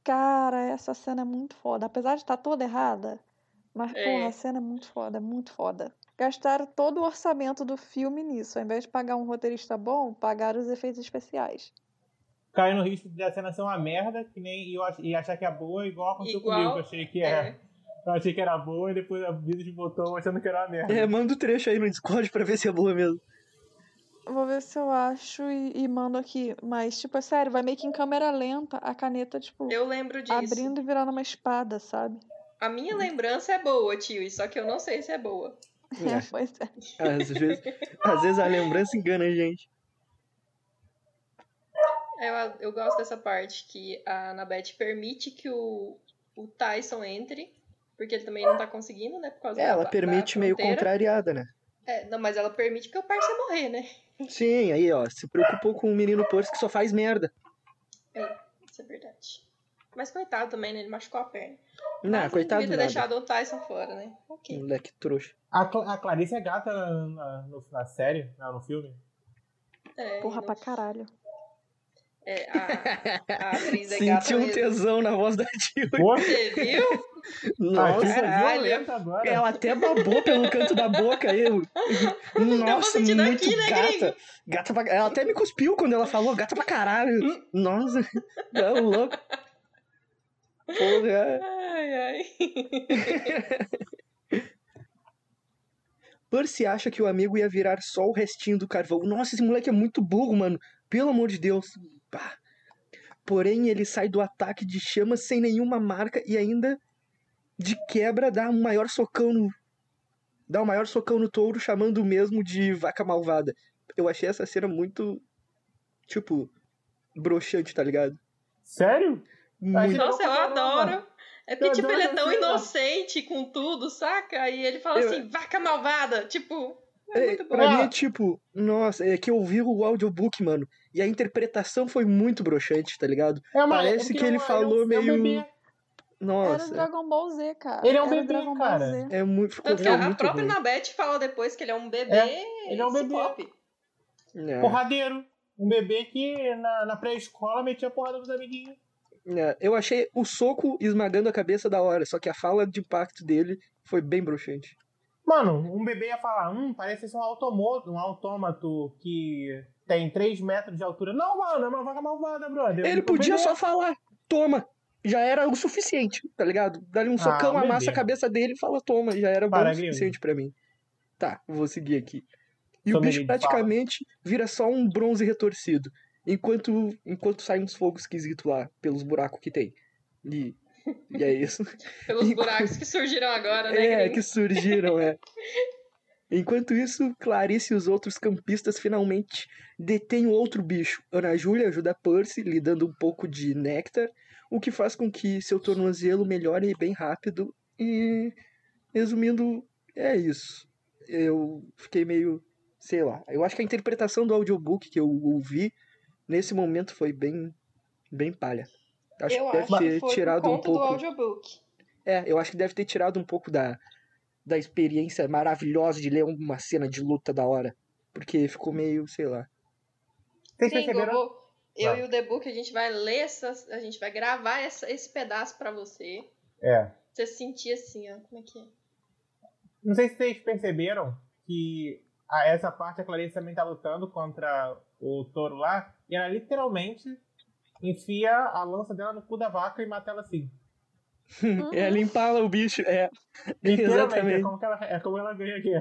C: Cara, essa cena é muito foda. Apesar de estar toda errada, mas,
D: É.
C: porra, a cena é muito foda, é muito foda. Gastaram todo o orçamento do filme nisso. Ao invés de pagar um roteirista bom, pagaram os efeitos especiais.
B: Caiu no risco de a cena ser uma merda, que nem e eu ach- e achar que é boa, igual aconteceu
D: Igual,
B: comigo. que Eu achei que era.
D: é.
B: Eu achei que era boa e depois a vida de botou achando que era uma merda.
A: É, manda o trecho aí no Discord pra ver se é boa mesmo.
C: Vou ver se eu acho e, e mando aqui. Mas, tipo, é sério, vai meio que em câmera lenta, a caneta, tipo,
D: eu lembro disso.
C: abrindo e virando uma espada, sabe?
D: A minha lembrança é boa, tio, só que eu não sei se é boa.
C: É, pois é.
A: Às vezes, às vezes a lembrança engana a gente.
D: Eu, eu gosto dessa parte que a Anabeth permite que o, o Tyson entre, porque ele também não tá conseguindo, né? Por causa
A: É,
D: da-
A: ela
D: da
A: permite meio
D: fronteira.
A: contrariada, né?
D: É, não, mas ela permite porque o parça ia morrer, né?
A: Sim, aí, ó, se preocupou com um menino Percy que só faz merda.
D: Isso é verdade. Mas coitado também, né? Ele machucou a perna.
A: Não,
D: mas
A: coitado
D: ele
A: do
D: Ah, devia ter
A: nada.
D: deixado o Tyson fora, né? Ok.
A: Moleque trouxa.
B: A, Cla- a Clarice é gata na, na- no- na série, na- no filme.
D: É,
C: Porra
D: não-
C: pra caralho.
D: é, a, a atriz é gata
A: Sentiu um
D: mesmo.
A: tesão na voz da Jill.
B: Pô,
D: Você viu?
A: Nossa.
D: caralho.
B: violenta
A: É.
B: agora.
A: Ela até babou pelo canto da boca aí. Nossa,
D: sentir
A: muito
D: daqui, né,
A: gata.
D: gringo?
A: Gata pra... Ela até me cuspiu quando ela falou gata pra caralho.
D: Hum.
A: Nossa, tá louco. Porra.
D: Ai, ai.
A: Percy acha que o amigo ia virar só o restinho do carvão. Nossa, esse moleque é muito burro, mano. Pelo amor de Deus. Pá. Porém, ele sai do ataque de chamas sem nenhuma marca e ainda de quebra dá um maior socão no. Dá o um maior socão no touro, chamando o mesmo de vaca malvada. Eu achei essa cena muito. Tipo. broxante, tá ligado?
B: Sério?
A: Muito.
D: Nossa, eu adoro. É
B: Eu
D: porque, tipo,
B: adoro
D: ele é
B: essa
D: tão
B: cena.
D: inocente com tudo, saca? E ele fala
A: Eu-
D: assim, vaca malvada. Tipo, é
A: É,
D: muito bom.
A: pra mim é
B: Ah.
A: tipo, nossa, é que eu vi o audiobook, mano, e a interpretação foi muito broxante, tá ligado?
B: É uma-
A: Parece
B: porque
A: que ele
B: é um-
A: falou
B: é um, É um
A: meio-
B: bebê.
C: Era o
A: Nossa,
C: Dragon Ball Z, cara.
B: Ele é um
C: Era o
B: bebê,
C: Dragon Ball
B: cara.
C: Z.
A: é muito, ficou
D: Tanto que a
A: muito
D: própria
A: ruim.
D: Anabete fala depois que ele é um bebê.
B: ele é um bebê.
D: ciclope.
A: É,
B: Porradeiro. Um bebê que na, na pré-escola metia porrada nos amiguinhos.
A: é, eu achei o soco esmagando a cabeça da hora, só que a fala de impacto dele foi bem broxante.
B: Mano, um bebê ia falar, hum, parece ser um automoto, um autômato que tem 3 metros de altura. Não, mano, é uma vaca malvada, brother.
A: Ele
B: Um
A: podia
B: bebê.
A: só falar, toma, já era o suficiente, tá ligado? Dá-lhe um
B: Ah,
A: socão,
B: um
A: amassa a
B: bebê.
A: cabeça dele e fala, toma, já era bom
B: Para,
A: o
B: gringo.
A: suficiente pra mim. Tá, vou seguir aqui. E o
B: Sou
A: bicho
B: menino de fala.
A: praticamente vira só um bronze retorcido. Enquanto, enquanto sai uns fogos esquisitos lá, pelos buracos que tem. E, e é isso.
D: Pelos buracos que surgiram agora, né,
A: é,
D: gringo?
A: que surgiram, é. Enquanto isso, Clarice e os outros campistas finalmente detêm o outro bicho. Ana Júlia ajuda Percy, lhe dando um pouco de néctar, o que faz com que seu tornozelo melhore bem rápido. E, resumindo, é isso. Eu fiquei meio, sei lá. Eu acho que a interpretação do audiobook que eu ouvi nesse momento foi bem, bem palha. Acho
D: eu
A: que
D: acho
A: deve
D: que
A: ter
D: foi por
A: tirado
D: conta
A: um pouco.
D: do audiobook.
A: É, eu acho que deve ter tirado um pouco da, da experiência maravilhosa de ler uma cena de luta da hora. Porque ficou meio, sei lá.
B: Vocês
D: Sim,
B: perceberam?
D: Gobo, eu
B: Vai.
D: e o The Book, a gente vai ler essas. A gente vai gravar essa- esse pedaço pra você.
B: É.
D: Você sentir assim, ó. Como é que é?
B: Não sei se vocês perceberam que a- essa parte a Clarice também tá lutando contra o touro lá. E ela literalmente enfia a lança dela no cu da vaca e mata ela assim.
C: Uhum.
A: É limpar o bicho, é.
B: Literalmente, é
A: Exatamente.
B: como, que ela, é como ela ganha aqui.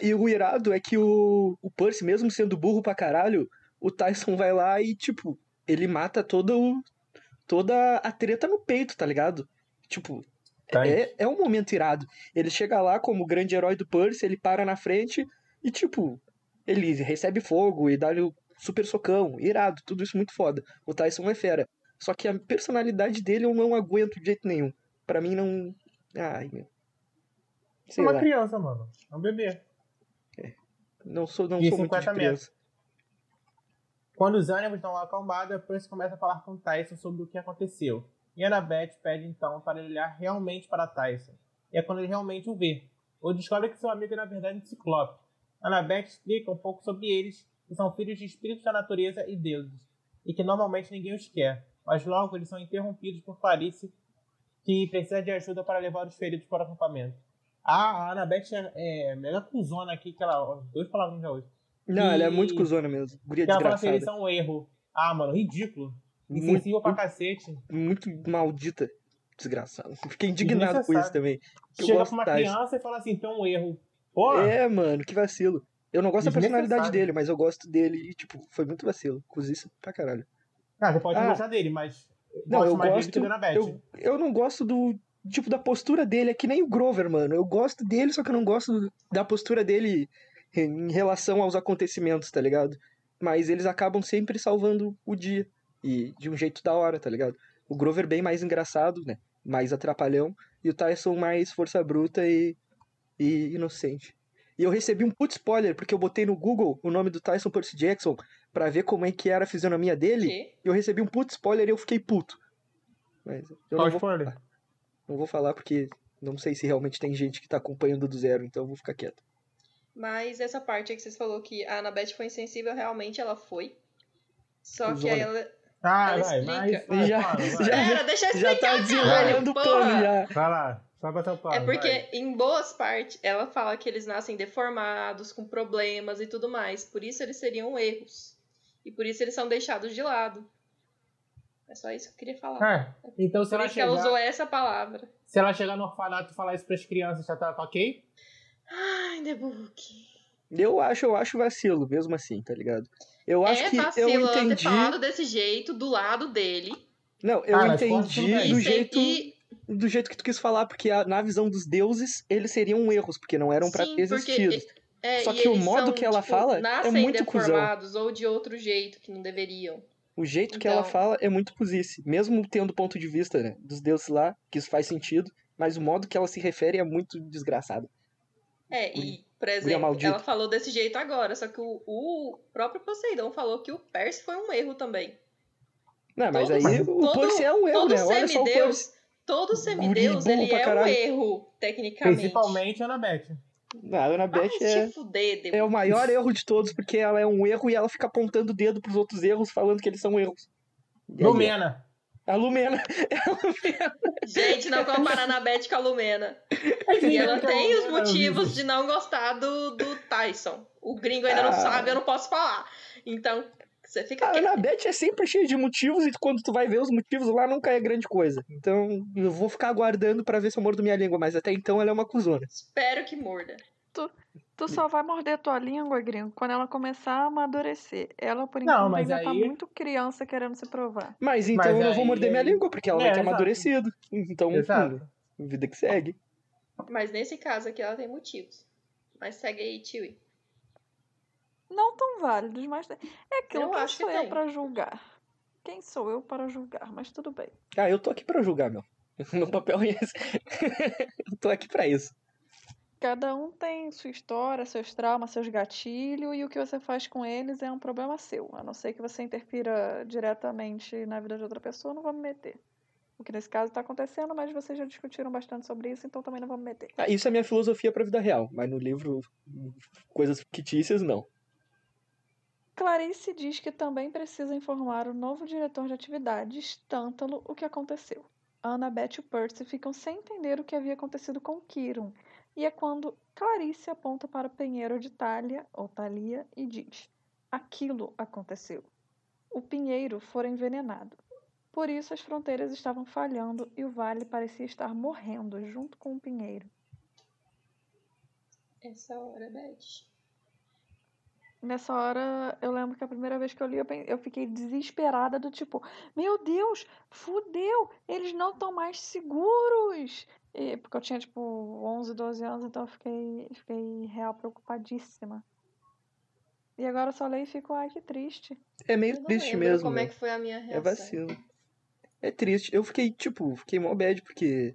A: E o irado é que o, o Percy, mesmo sendo burro pra caralho, o Tyson vai lá e, tipo, ele mata todo o, toda a treta no peito, tá ligado? Tipo,
B: Tá,
A: é, é um momento irado. Ele chega lá como o grande herói do Percy, ele para na frente e, tipo, ele recebe fogo e dá-lhe o super socão. Irado, tudo isso muito foda. O Tyson é fera. Só que a personalidade dele eu não aguento de jeito nenhum. Pra mim não. Ai, meu.
B: É
A: Sei
B: uma
A: lá.
B: criança, mano. É um bebê.
A: Não sou, não
B: de
A: sou muito de
B: 50 metros.
A: criança.
B: Quando os ânimos dão uma acalmada, Percy começa a falar com Tyson sobre o que aconteceu. E Annabeth pede então para ele olhar realmente para Tyson. E é quando ele realmente o vê. Ou descobre que seu amigo é na verdade um ciclope. Annabeth explica um pouco sobre eles, que são filhos de espíritos da natureza e deuses. E que normalmente ninguém os quer. Mas logo eles são interrompidos por Clarice, que precisa de ajuda para levar os feridos para o acampamento. Ah, a Annabeth é, é mega cuzona aqui, que ela. ó, Dois palavras já hoje.
A: Não, ela é muito
B: E-
A: cuzona mesmo. Guria
B: Que ela fala assim,
A: desgraçada.
B: eles são um erro. Ah, mano, ridículo.
A: Muito,
B: Insensível pra cacete.
A: muito maldita. Desgraçada. Fiquei indignado com isso
B: Desnecessário.
A: também. Eu
B: Chega
A: gosto
B: pra uma
A: do Tyson.
B: criança e fala assim, tem um erro. Pô,
A: É, mano, que vacilo. Eu não gosto da personalidade
B: Desnecessário.
A: dele, mas eu gosto dele e, tipo, foi muito vacilo. Cozi isso pra caralho.
B: ah, você pode
A: Ah.
B: não gostar dele, mas...
A: Não,
B: gosto
A: eu
B: mais
A: gosto.
B: dele que da Annabeth.
A: Eu, eu não gosto do. Tipo, da postura dele. É que nem o Grover, mano. Eu gosto dele, só que eu não gosto da postura dele em relação aos acontecimentos, tá ligado? Mas eles acabam sempre salvando o dia. E de um jeito da hora, tá ligado? O Grover bem mais engraçado, né? Mais atrapalhão. E o Tyson mais força bruta e, e inocente. E eu recebi um puto spoiler, porque eu botei no Google o nome do Tyson Percy Jackson pra ver como é que era a fisionomia dele.
D: Quê?
A: Eu recebi um puto spoiler e eu fiquei puto. Mas eu
B: Qual
A: não vou,
B: spoiler?
A: não vou falar porque não sei se realmente tem gente que tá acompanhando do zero, então eu vou ficar quieto.
D: Mas essa parte aí que vocês falou que a Anabeth foi insensível, realmente ela foi. Só que
A: Zona.
D: aí ela.
B: Ah,
D: Ela
B: vai, mas...
D: explica.
B: vai,
A: Já-
B: fala, vai.
A: já-
D: Pera, É, deixa eu
A: Já
D: explicar,
A: tá
D: caralho,
A: desenrolando o
D: porra.
A: pano já.
B: Vai lá, só pra seu plano,
D: É porque
B: vai.
D: em boas partes ela fala que eles nascem deformados, com problemas e tudo mais. Por isso eles seriam erros. E por isso eles são deixados de lado. É só isso que eu queria falar.
B: Ah, então se
D: por
B: ela,
D: isso que ela
B: chegar,
D: usou essa palavra.
B: se ela chegar no orfanato e falar isso pras crianças, já tá ok?
D: Ai, The Book.
A: Eu acho, eu acho vacilo, mesmo assim, tá ligado? Eu acho
D: é
A: que
D: vacilo
A: eu
D: ela ter
A: entendi.
D: falado desse jeito, do lado dele.
A: Não, eu
B: Ah, mas pode tudo
A: entendi
B: bem.
A: do
D: sem-
A: jeito,
D: e-
A: do jeito que tu quis falar, porque a- na visão dos deuses, eles seriam erros, porque não eram pra
D: sim,
A: ter existido.
D: Porque, é,
A: Só
D: e
A: que o
D: eles
A: modo
D: são,
A: que ela
D: tipo,
A: fala é
D: nascem
A: muito cuzão.
D: deformados ou de outro jeito que não deveriam.
A: O jeito que ela
D: Então-
A: fala é muito cozice. Mesmo tendo o ponto de vista né, dos deuses lá, que isso faz sentido, mas o modo que ela se refere é muito desgraçado.
D: É, e, por exemplo,
A: maldito.
D: ela falou desse jeito agora, só que o, o próprio Poseidon falou que o Percy foi um erro também.
A: Não, mas
D: Todo-
A: aí o
D: todo-
A: Percy é um erro, né?
D: todo
A: Olha só o Percy.
D: semideus, todo semideus,
A: burro
D: ele
A: pra
D: é um
A: caralho.
D: erro, tecnicamente.
B: Principalmente a Annabeth.
A: A
D: Vai
A: Annabeth é,
D: te fuder,
A: é
D: depois.
A: o maior erro de todos, porque ela é um erro e ela fica apontando o dedo pros outros erros, falando que eles são erros. E aí, ó,
B: Lumena.
A: A Lumena.
D: Gente, não comparar na Beth com a Lumena. E ela
A: então,
D: tem
A: é,
D: os motivos de não gostar do, do Tyson. O gringo ainda
A: Ah.
D: não sabe, eu não posso falar. Então, você fica
A: A
D: quieto.
A: Annabeth é sempre cheia de motivos e quando tu vai ver os motivos lá nunca é grande coisa. Então eu vou ficar aguardando pra ver se eu mordo minha língua, mas até então ela é uma cuzona.
D: Espero que morda.
C: Tu só vai morder tua língua, gringo, quando ela começar a amadurecer. Ela, por
B: Não,
C: enquanto,
B: mas
C: ainda tá
B: aí-
C: muito criança querendo se provar.
A: Mas então
B: Mas
A: eu não
B: aí-
A: vou morder minha língua, porque ela
B: É,
A: vai ter
B: exato.
A: amadurecido. Então,
B: Exato.
A: hum, vida que segue.
D: Mas nesse caso aqui ela tem motivos. Mas segue aí, Tiwi.
C: Não tão válidos, mas. É aquilo,
D: Eu
C: quem
D: acho que
C: sou eu
D: tem.
C: para julgar? Quem sou eu para julgar? Mas tudo bem.
A: Ah, eu tô aqui pra julgar, meu. Meu papel é esse. eu tô aqui pra isso.
C: Cada um tem sua história, seus traumas, seus gatilhos, e o que você faz com eles é um problema seu. A não ser que você interfira diretamente na vida de outra pessoa, eu não vou me meter. O que nesse caso está acontecendo, mas vocês já discutiram bastante sobre isso, então também não vou me meter.
A: Ah, isso é minha filosofia pra vida real, mas no livro, coisas fictícias, não.
C: Clarice diz que também precisa informar o novo diretor de atividades, Tântalo, o que aconteceu. Annabeth e Percy ficam sem entender o que havia acontecido com Kiron, e é quando Clarice aponta para Pinheiro de Thalia, ou Thalia, e diz: Aquilo aconteceu. O Pinheiro fora envenenado. Por isso as fronteiras estavam falhando e o vale parecia estar morrendo junto com o Pinheiro.
D: Essa hora, Beth.
C: Nessa hora, eu lembro que a primeira vez que eu li, eu, pen- eu fiquei desesperada do tipo, meu Deus, fudeu, eles não estão mais seguros. E- porque eu tinha, tipo, 11, 12 anos, então eu fiquei, fiquei real preocupadíssima. E agora eu só leio e fico, ai, que triste.
A: É meio
D: Eu não
A: triste
D: lembro
A: mesmo.
D: como
A: meu.
D: é que foi a minha
A: É
D: reação.
A: vacilo. É triste. Eu fiquei, tipo, fiquei mó bad, porque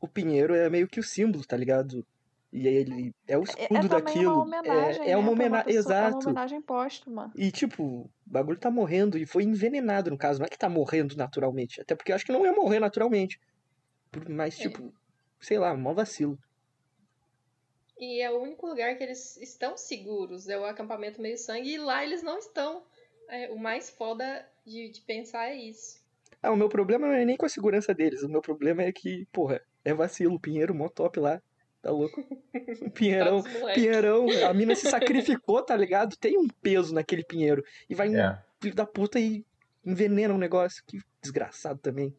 A: o Pinheiro é meio que o símbolo, tá ligado? E aí ele é o
C: É, é
A: escudo
C: também
A: daquilo.
C: uma homenagem,
A: é, é uma
C: né, pra
A: homenagem.
C: pessoa- É uma
A: Exato.
C: homenagem póstuma.
A: E, tipo, o bagulho tá morrendo e foi envenenado, no caso. Não é que tá morrendo naturalmente. Até porque eu acho que não ia morrer naturalmente. Por- Mas,
D: É.
A: tipo, sei lá, mó vacilo.
D: E é o único lugar que eles estão seguros, é o acampamento meio sangue, e lá eles não estão. É, o mais foda de, de pensar é isso.
A: Ah, o meu problema não é nem com a segurança deles. O meu problema é que, porra, é vacilo. O Pinheiro mó top lá. Tá louco. O Pinheirão.
D: Fala dos moleques.
A: Pinheirão, a mina se sacrificou, tá ligado? Tem um peso naquele pinheiro. E vai um
B: É.
A: filho da puta e envenena um negócio. Que desgraçado também.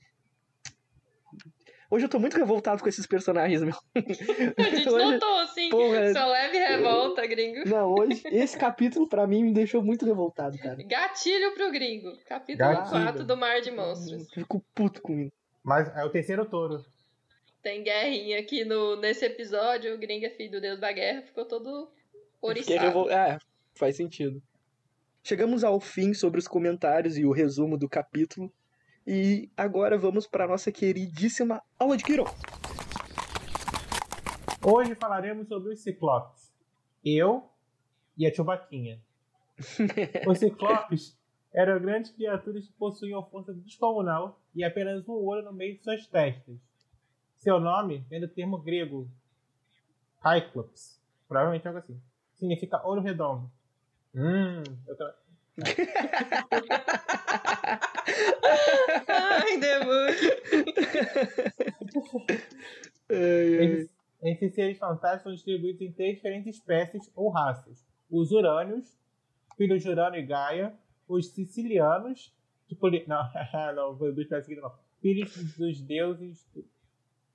A: Hoje eu tô muito revoltado com esses personagens, meu.
D: A gente
A: Hoje-
D: não tô assim,
A: Porra. é
D: só leve revolta, gringo.
A: Não, hoje, esse capítulo pra mim me deixou muito revoltado, cara.
D: Gatilho pro gringo. Capítulo
B: Gatilho.
D: 4 do Mar
A: Hum.
D: de Monstros.
A: Fico puto com isso.
B: Mas é o terceiro touro.
D: Tem guerrinha aqui no, nesse episódio. O gringo é filho do deus da guerra. Ficou todo
A: Fiquei
D: oriçado.
A: revol... É, faz sentido. Chegamos ao fim sobre os comentários e o resumo do capítulo. E agora vamos pra nossa queridíssima aula de Kiro.
B: Hoje falaremos sobre os ciclopes. Eu e a Chubaquinha. Os ciclopes eram grandes criaturas que possuíam força descomunal e apenas um olho no meio de suas testas. Seu nome vem do termo grego Cyclops. Provavelmente algo assim. Significa olho redondo. Hum, eu tra-
D: Ai, demônio.
B: Esses, esses seres fantásticos são distribuídos em três diferentes espécies ou raças: os urânios, filhos de Urano e Gaia, os sicilianos, que poli... não, não, foi duas espécies que não. Filhos dos deuses,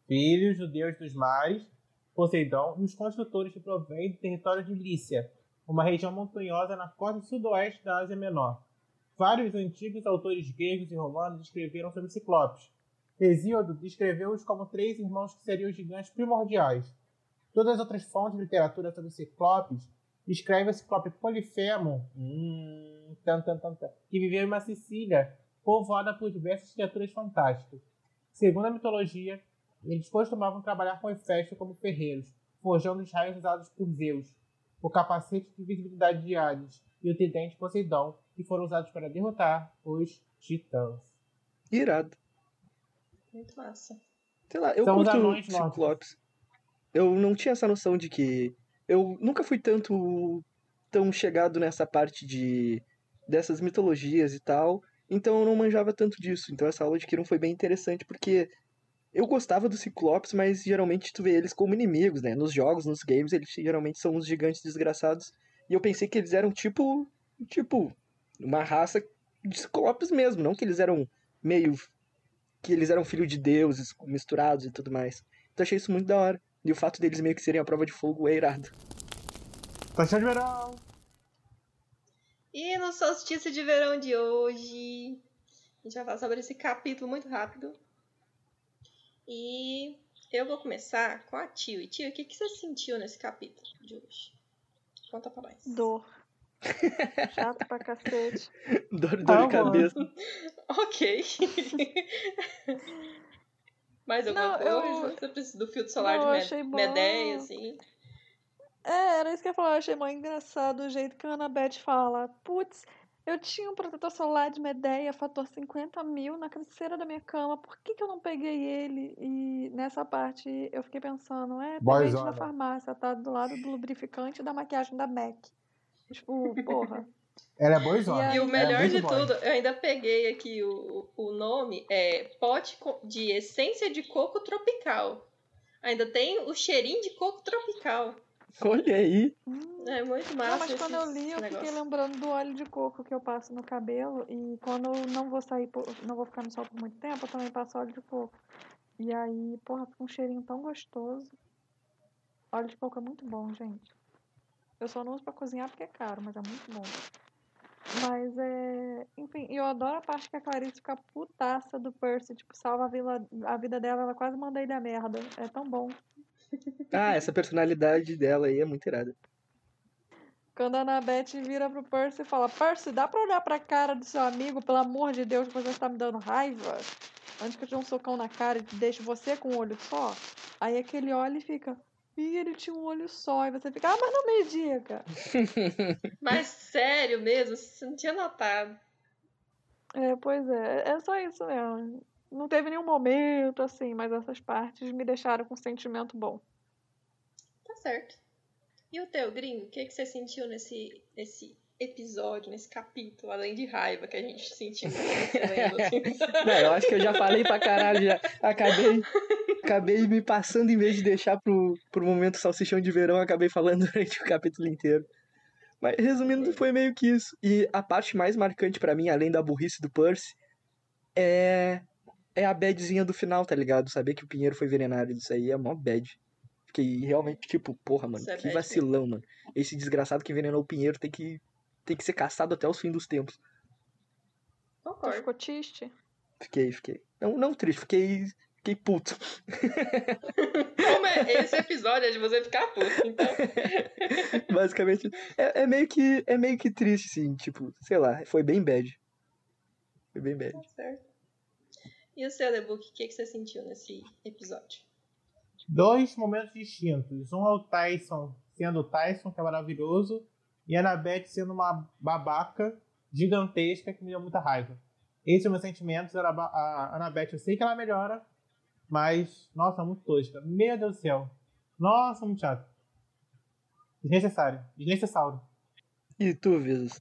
B: filhos do deus dos mares, Poseidon, e os construtores que provêm do território de Lícia, uma região montanhosa na costa sudoeste da Ásia Menor. Vários antigos autores gregos e romanos escreveram sobre ciclopes. Hesíodo descreveu-os como três irmãos que seriam os gigantes primordiais. Todas as outras fontes de literatura sobre ciclopes descrevem o ciclope Polifemo, hum, tan, tan, tan, tan, que viveu em uma Sicília povoada por diversas criaturas fantásticas. Segundo a mitologia, eles costumavam trabalhar com Hefesto como ferreiros, forjando os raios usados por Zeus, o capacete de visibilidade de Hades e o tridente Poseidon, que foram usados para derrotar os titãs.
A: Irado.
D: Muito massa.
A: Sei lá, eu
B: São os
A: curto
B: anões nórdicos.
A: Ciclopes. Eu não tinha essa noção de que. Eu nunca fui tanto. tão chegado nessa parte de. dessas mitologias e tal. Então eu não manjava tanto disso. Então essa aula de Kiron foi bem interessante, porque eu gostava dos Ciclopes, mas geralmente tu vê eles como inimigos, né? Nos jogos, nos games, eles geralmente são uns gigantes desgraçados. E eu pensei que eles eram tipo. tipo. uma raça de Ciclopes mesmo, não que eles eram meio que eles eram filho de deuses misturados e tudo mais. Então achei isso muito da hora. E o fato deles meio que serem a prova de fogo é irado.
B: Tá de verão!
D: E no solstício de verão de hoje, a gente vai falar sobre esse capítulo muito rápido. E Eu vou começar com a Tio. E Tio, o que, que você sentiu nesse capítulo de hoje? Conta pra nós.
C: Dor. Chato pra cacete.
A: Dor, dor
B: Ah,
A: de cabeça.
D: Ok. Mais alguma
C: Não, eu-
D: coisa? Você precisa do filtro solar
C: Não, eu
D: de
C: achei
D: Med-
C: bom.
D: Medeia, assim?
C: É, era isso que eu ia falar. Eu achei mó engraçado o jeito que a Annabeth fala. Putz, eu tinha um protetor solar de Medeia, fator 50 mil, na cabeceira da minha cama. Por que, que eu não peguei ele? E nessa parte eu fiquei pensando, é, peguei de na
E: Boyzona.
C: farmácia, tá do lado do lubrificante e da maquiagem da MAC. Tipo, porra.
E: Ela é boizona.
C: Ai,
D: E o
C: é
D: melhor
E: muito
D: de
E: bom.
D: tudo, eu ainda peguei aqui o, o nome, é pote co- de essência de coco tropical. Ainda tem o cheirinho de coco tropical.
A: Olha aí.
C: hum.
D: É muito massa
C: Não, mas quando eu
D: esses
C: li, eu fiquei
D: negócios.
C: lembrando do óleo de coco que eu passo no cabelo. E quando eu não vou sair, por- não vou ficar no sol por muito tempo, eu também passo óleo de coco. E aí, porra, fica um cheirinho tão gostoso. Óleo de coco é muito bom, gente. Eu só não uso pra cozinhar porque é caro, mas é muito bom. Mas é. Enfim, e eu adoro a parte que a Clarice fica putaça do Percy, tipo, salva a, vila... a vida dela, ela quase manda ele a merda. É tão bom.
A: Ah, essa personalidade dela aí é muito irada.
C: Quando a Anabete vira pro Percy e fala: Percy, dá pra olhar pra cara do seu amigo, pelo amor de Deus, que você está me dando raiva? Antes que eu te dê um socão na cara e te deixe você com um olho só. Aí aquele olha e fica: Ih, ele tinha um olho só. E você fica: Ah, mas não me diga.
D: Mas sério mesmo, você não tinha notado.
C: É, pois é, é só isso mesmo. Não teve nenhum momento assim, mas essas partes me deixaram com um sentimento bom.
D: Tá certo. E o teu, gringo, o que, que você sentiu nesse, nesse episódio, nesse capítulo, além de raiva que a gente sentiu? lendo, assim?
A: Não, eu acho que eu já falei pra caralho já. Acabei, acabei me passando em vez de deixar pro, pro momento salsichão de verão, acabei falando durante o capítulo inteiro. Mas resumindo, foi meio que isso. E a parte mais marcante pra mim, além da burrice do Percy, é é a badzinha do final, tá ligado? Saber que o Pinheiro foi venenário disso aí é mó bad. Fiquei realmente tipo, porra, mano,
D: Isso é
A: que
D: bad
A: vacilão, mano. Esse desgraçado que envenenou o Pinheiro tem que tem que ser caçado até os fins dos tempos.
C: Tu
D: Concordo.
C: ficou triste?
A: Fiquei, fiquei. Não, não triste, fiquei, fiquei puto.
D: Como é- esse episódio é de você ficar puto, então.
A: Basicamente, é, é meio que é meio que triste, sim. Tipo, sei lá, foi bem bad. Foi bem bad.
D: Tá certo. E o seu Lebook, o que, que você sentiu nesse episódio?
B: Dois momentos distintos. Um é o Tyson sendo o Tyson, que é maravilhoso, e a Anabeth sendo uma babaca gigantesca que me deu muita raiva. Esses são meus sentimentos. era ba- A Anabeth, eu sei que ela melhora, mas, nossa, muito tosca. Meu Deus do céu. Nossa, muito chato. Desnecessário. Desnecessário.
A: E tu, Visos?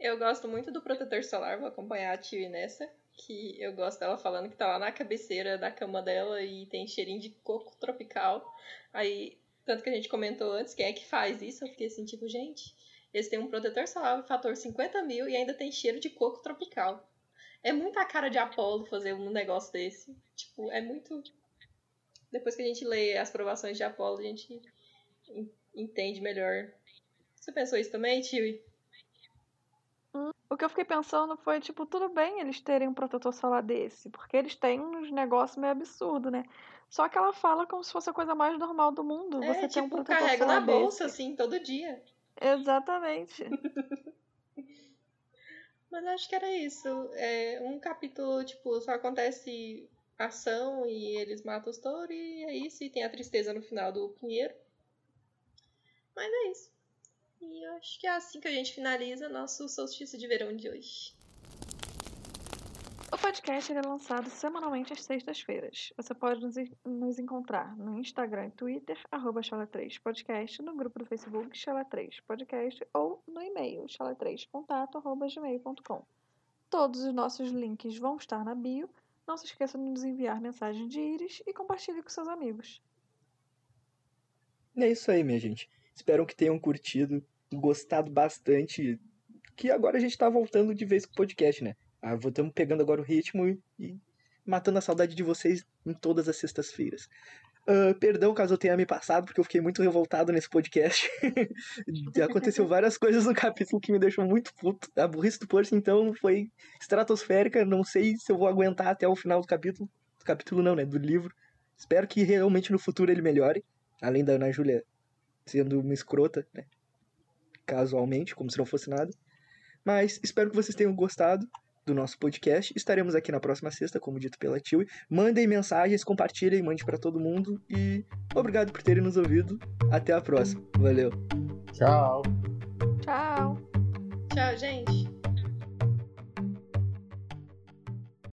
D: Eu gosto muito do protetor solar, vou acompanhar a Tio nessa, que eu gosto dela falando que tá lá na cabeceira da cama dela e tem cheirinho de coco tropical. Aí, tanto que a gente comentou antes, quem é que faz isso? Eu fiquei assim, tipo, gente, eles têm um protetor solar fator 50 mil e ainda tem cheiro de coco tropical. É muita cara de Apolo fazer um negócio desse. Tipo, é muito. Depois que a gente lê as provações de Apolo, a gente en- entende melhor. Você pensou isso também, Tio?
C: O que eu fiquei pensando foi, tipo, tudo bem eles terem um protetor solar desse, porque eles têm uns negócios meio absurdo, né? Só que ela fala como se fosse a coisa mais normal do mundo.
D: É,
C: você ter um
D: tipo,
C: protetor
D: carrega
C: solar
D: na bolsa,
C: desse.
D: assim, todo dia.
C: Exatamente.
D: Mas acho que era isso. É, um capítulo, tipo, só acontece ação e eles matam os touros e é isso. E tem a tristeza no final do Pinheiro. Mas é isso. E eu acho que é assim que a gente finaliza nosso solstício de verão de hoje.
C: O podcast ele é lançado semanalmente às sextas-feiras. Você pode nos, en- nos encontrar no Instagram e Twitter, arroba Chala3podcast, no grupo do Facebook Chala3podcast ou no e-mail chala3contato.gmail.com. Todos os nossos links vão estar na bio. Não se esqueça de nos enviar mensagem de íris e compartilhe com seus amigos.
A: É isso aí, minha gente. Espero que tenham curtido, gostado bastante. Que agora a gente tá voltando de vez com o podcast, né? Ah, estamos pegando agora o ritmo e, e matando a saudade de vocês em todas as sextas-feiras. Ah, perdão caso eu tenha me passado, porque eu fiquei muito revoltado nesse podcast. Aconteceu várias coisas no capítulo que me deixou muito puto. A burrice do Percy, então, foi estratosférica. Não sei se eu vou aguentar até o final do capítulo. Do capítulo não, né? Do livro. Espero que realmente no futuro ele melhore. Além da Ana Júlia sendo uma escrota, né? Casualmente, como se não fosse nada. Mas espero que vocês tenham gostado do nosso podcast. Estaremos aqui na próxima sexta, como dito pela Tio. Mandem mensagens, compartilhem, mande para todo mundo. E obrigado por terem nos ouvido. Até a próxima. Valeu.
B: Tchau.
C: Tchau.
D: Tchau, gente.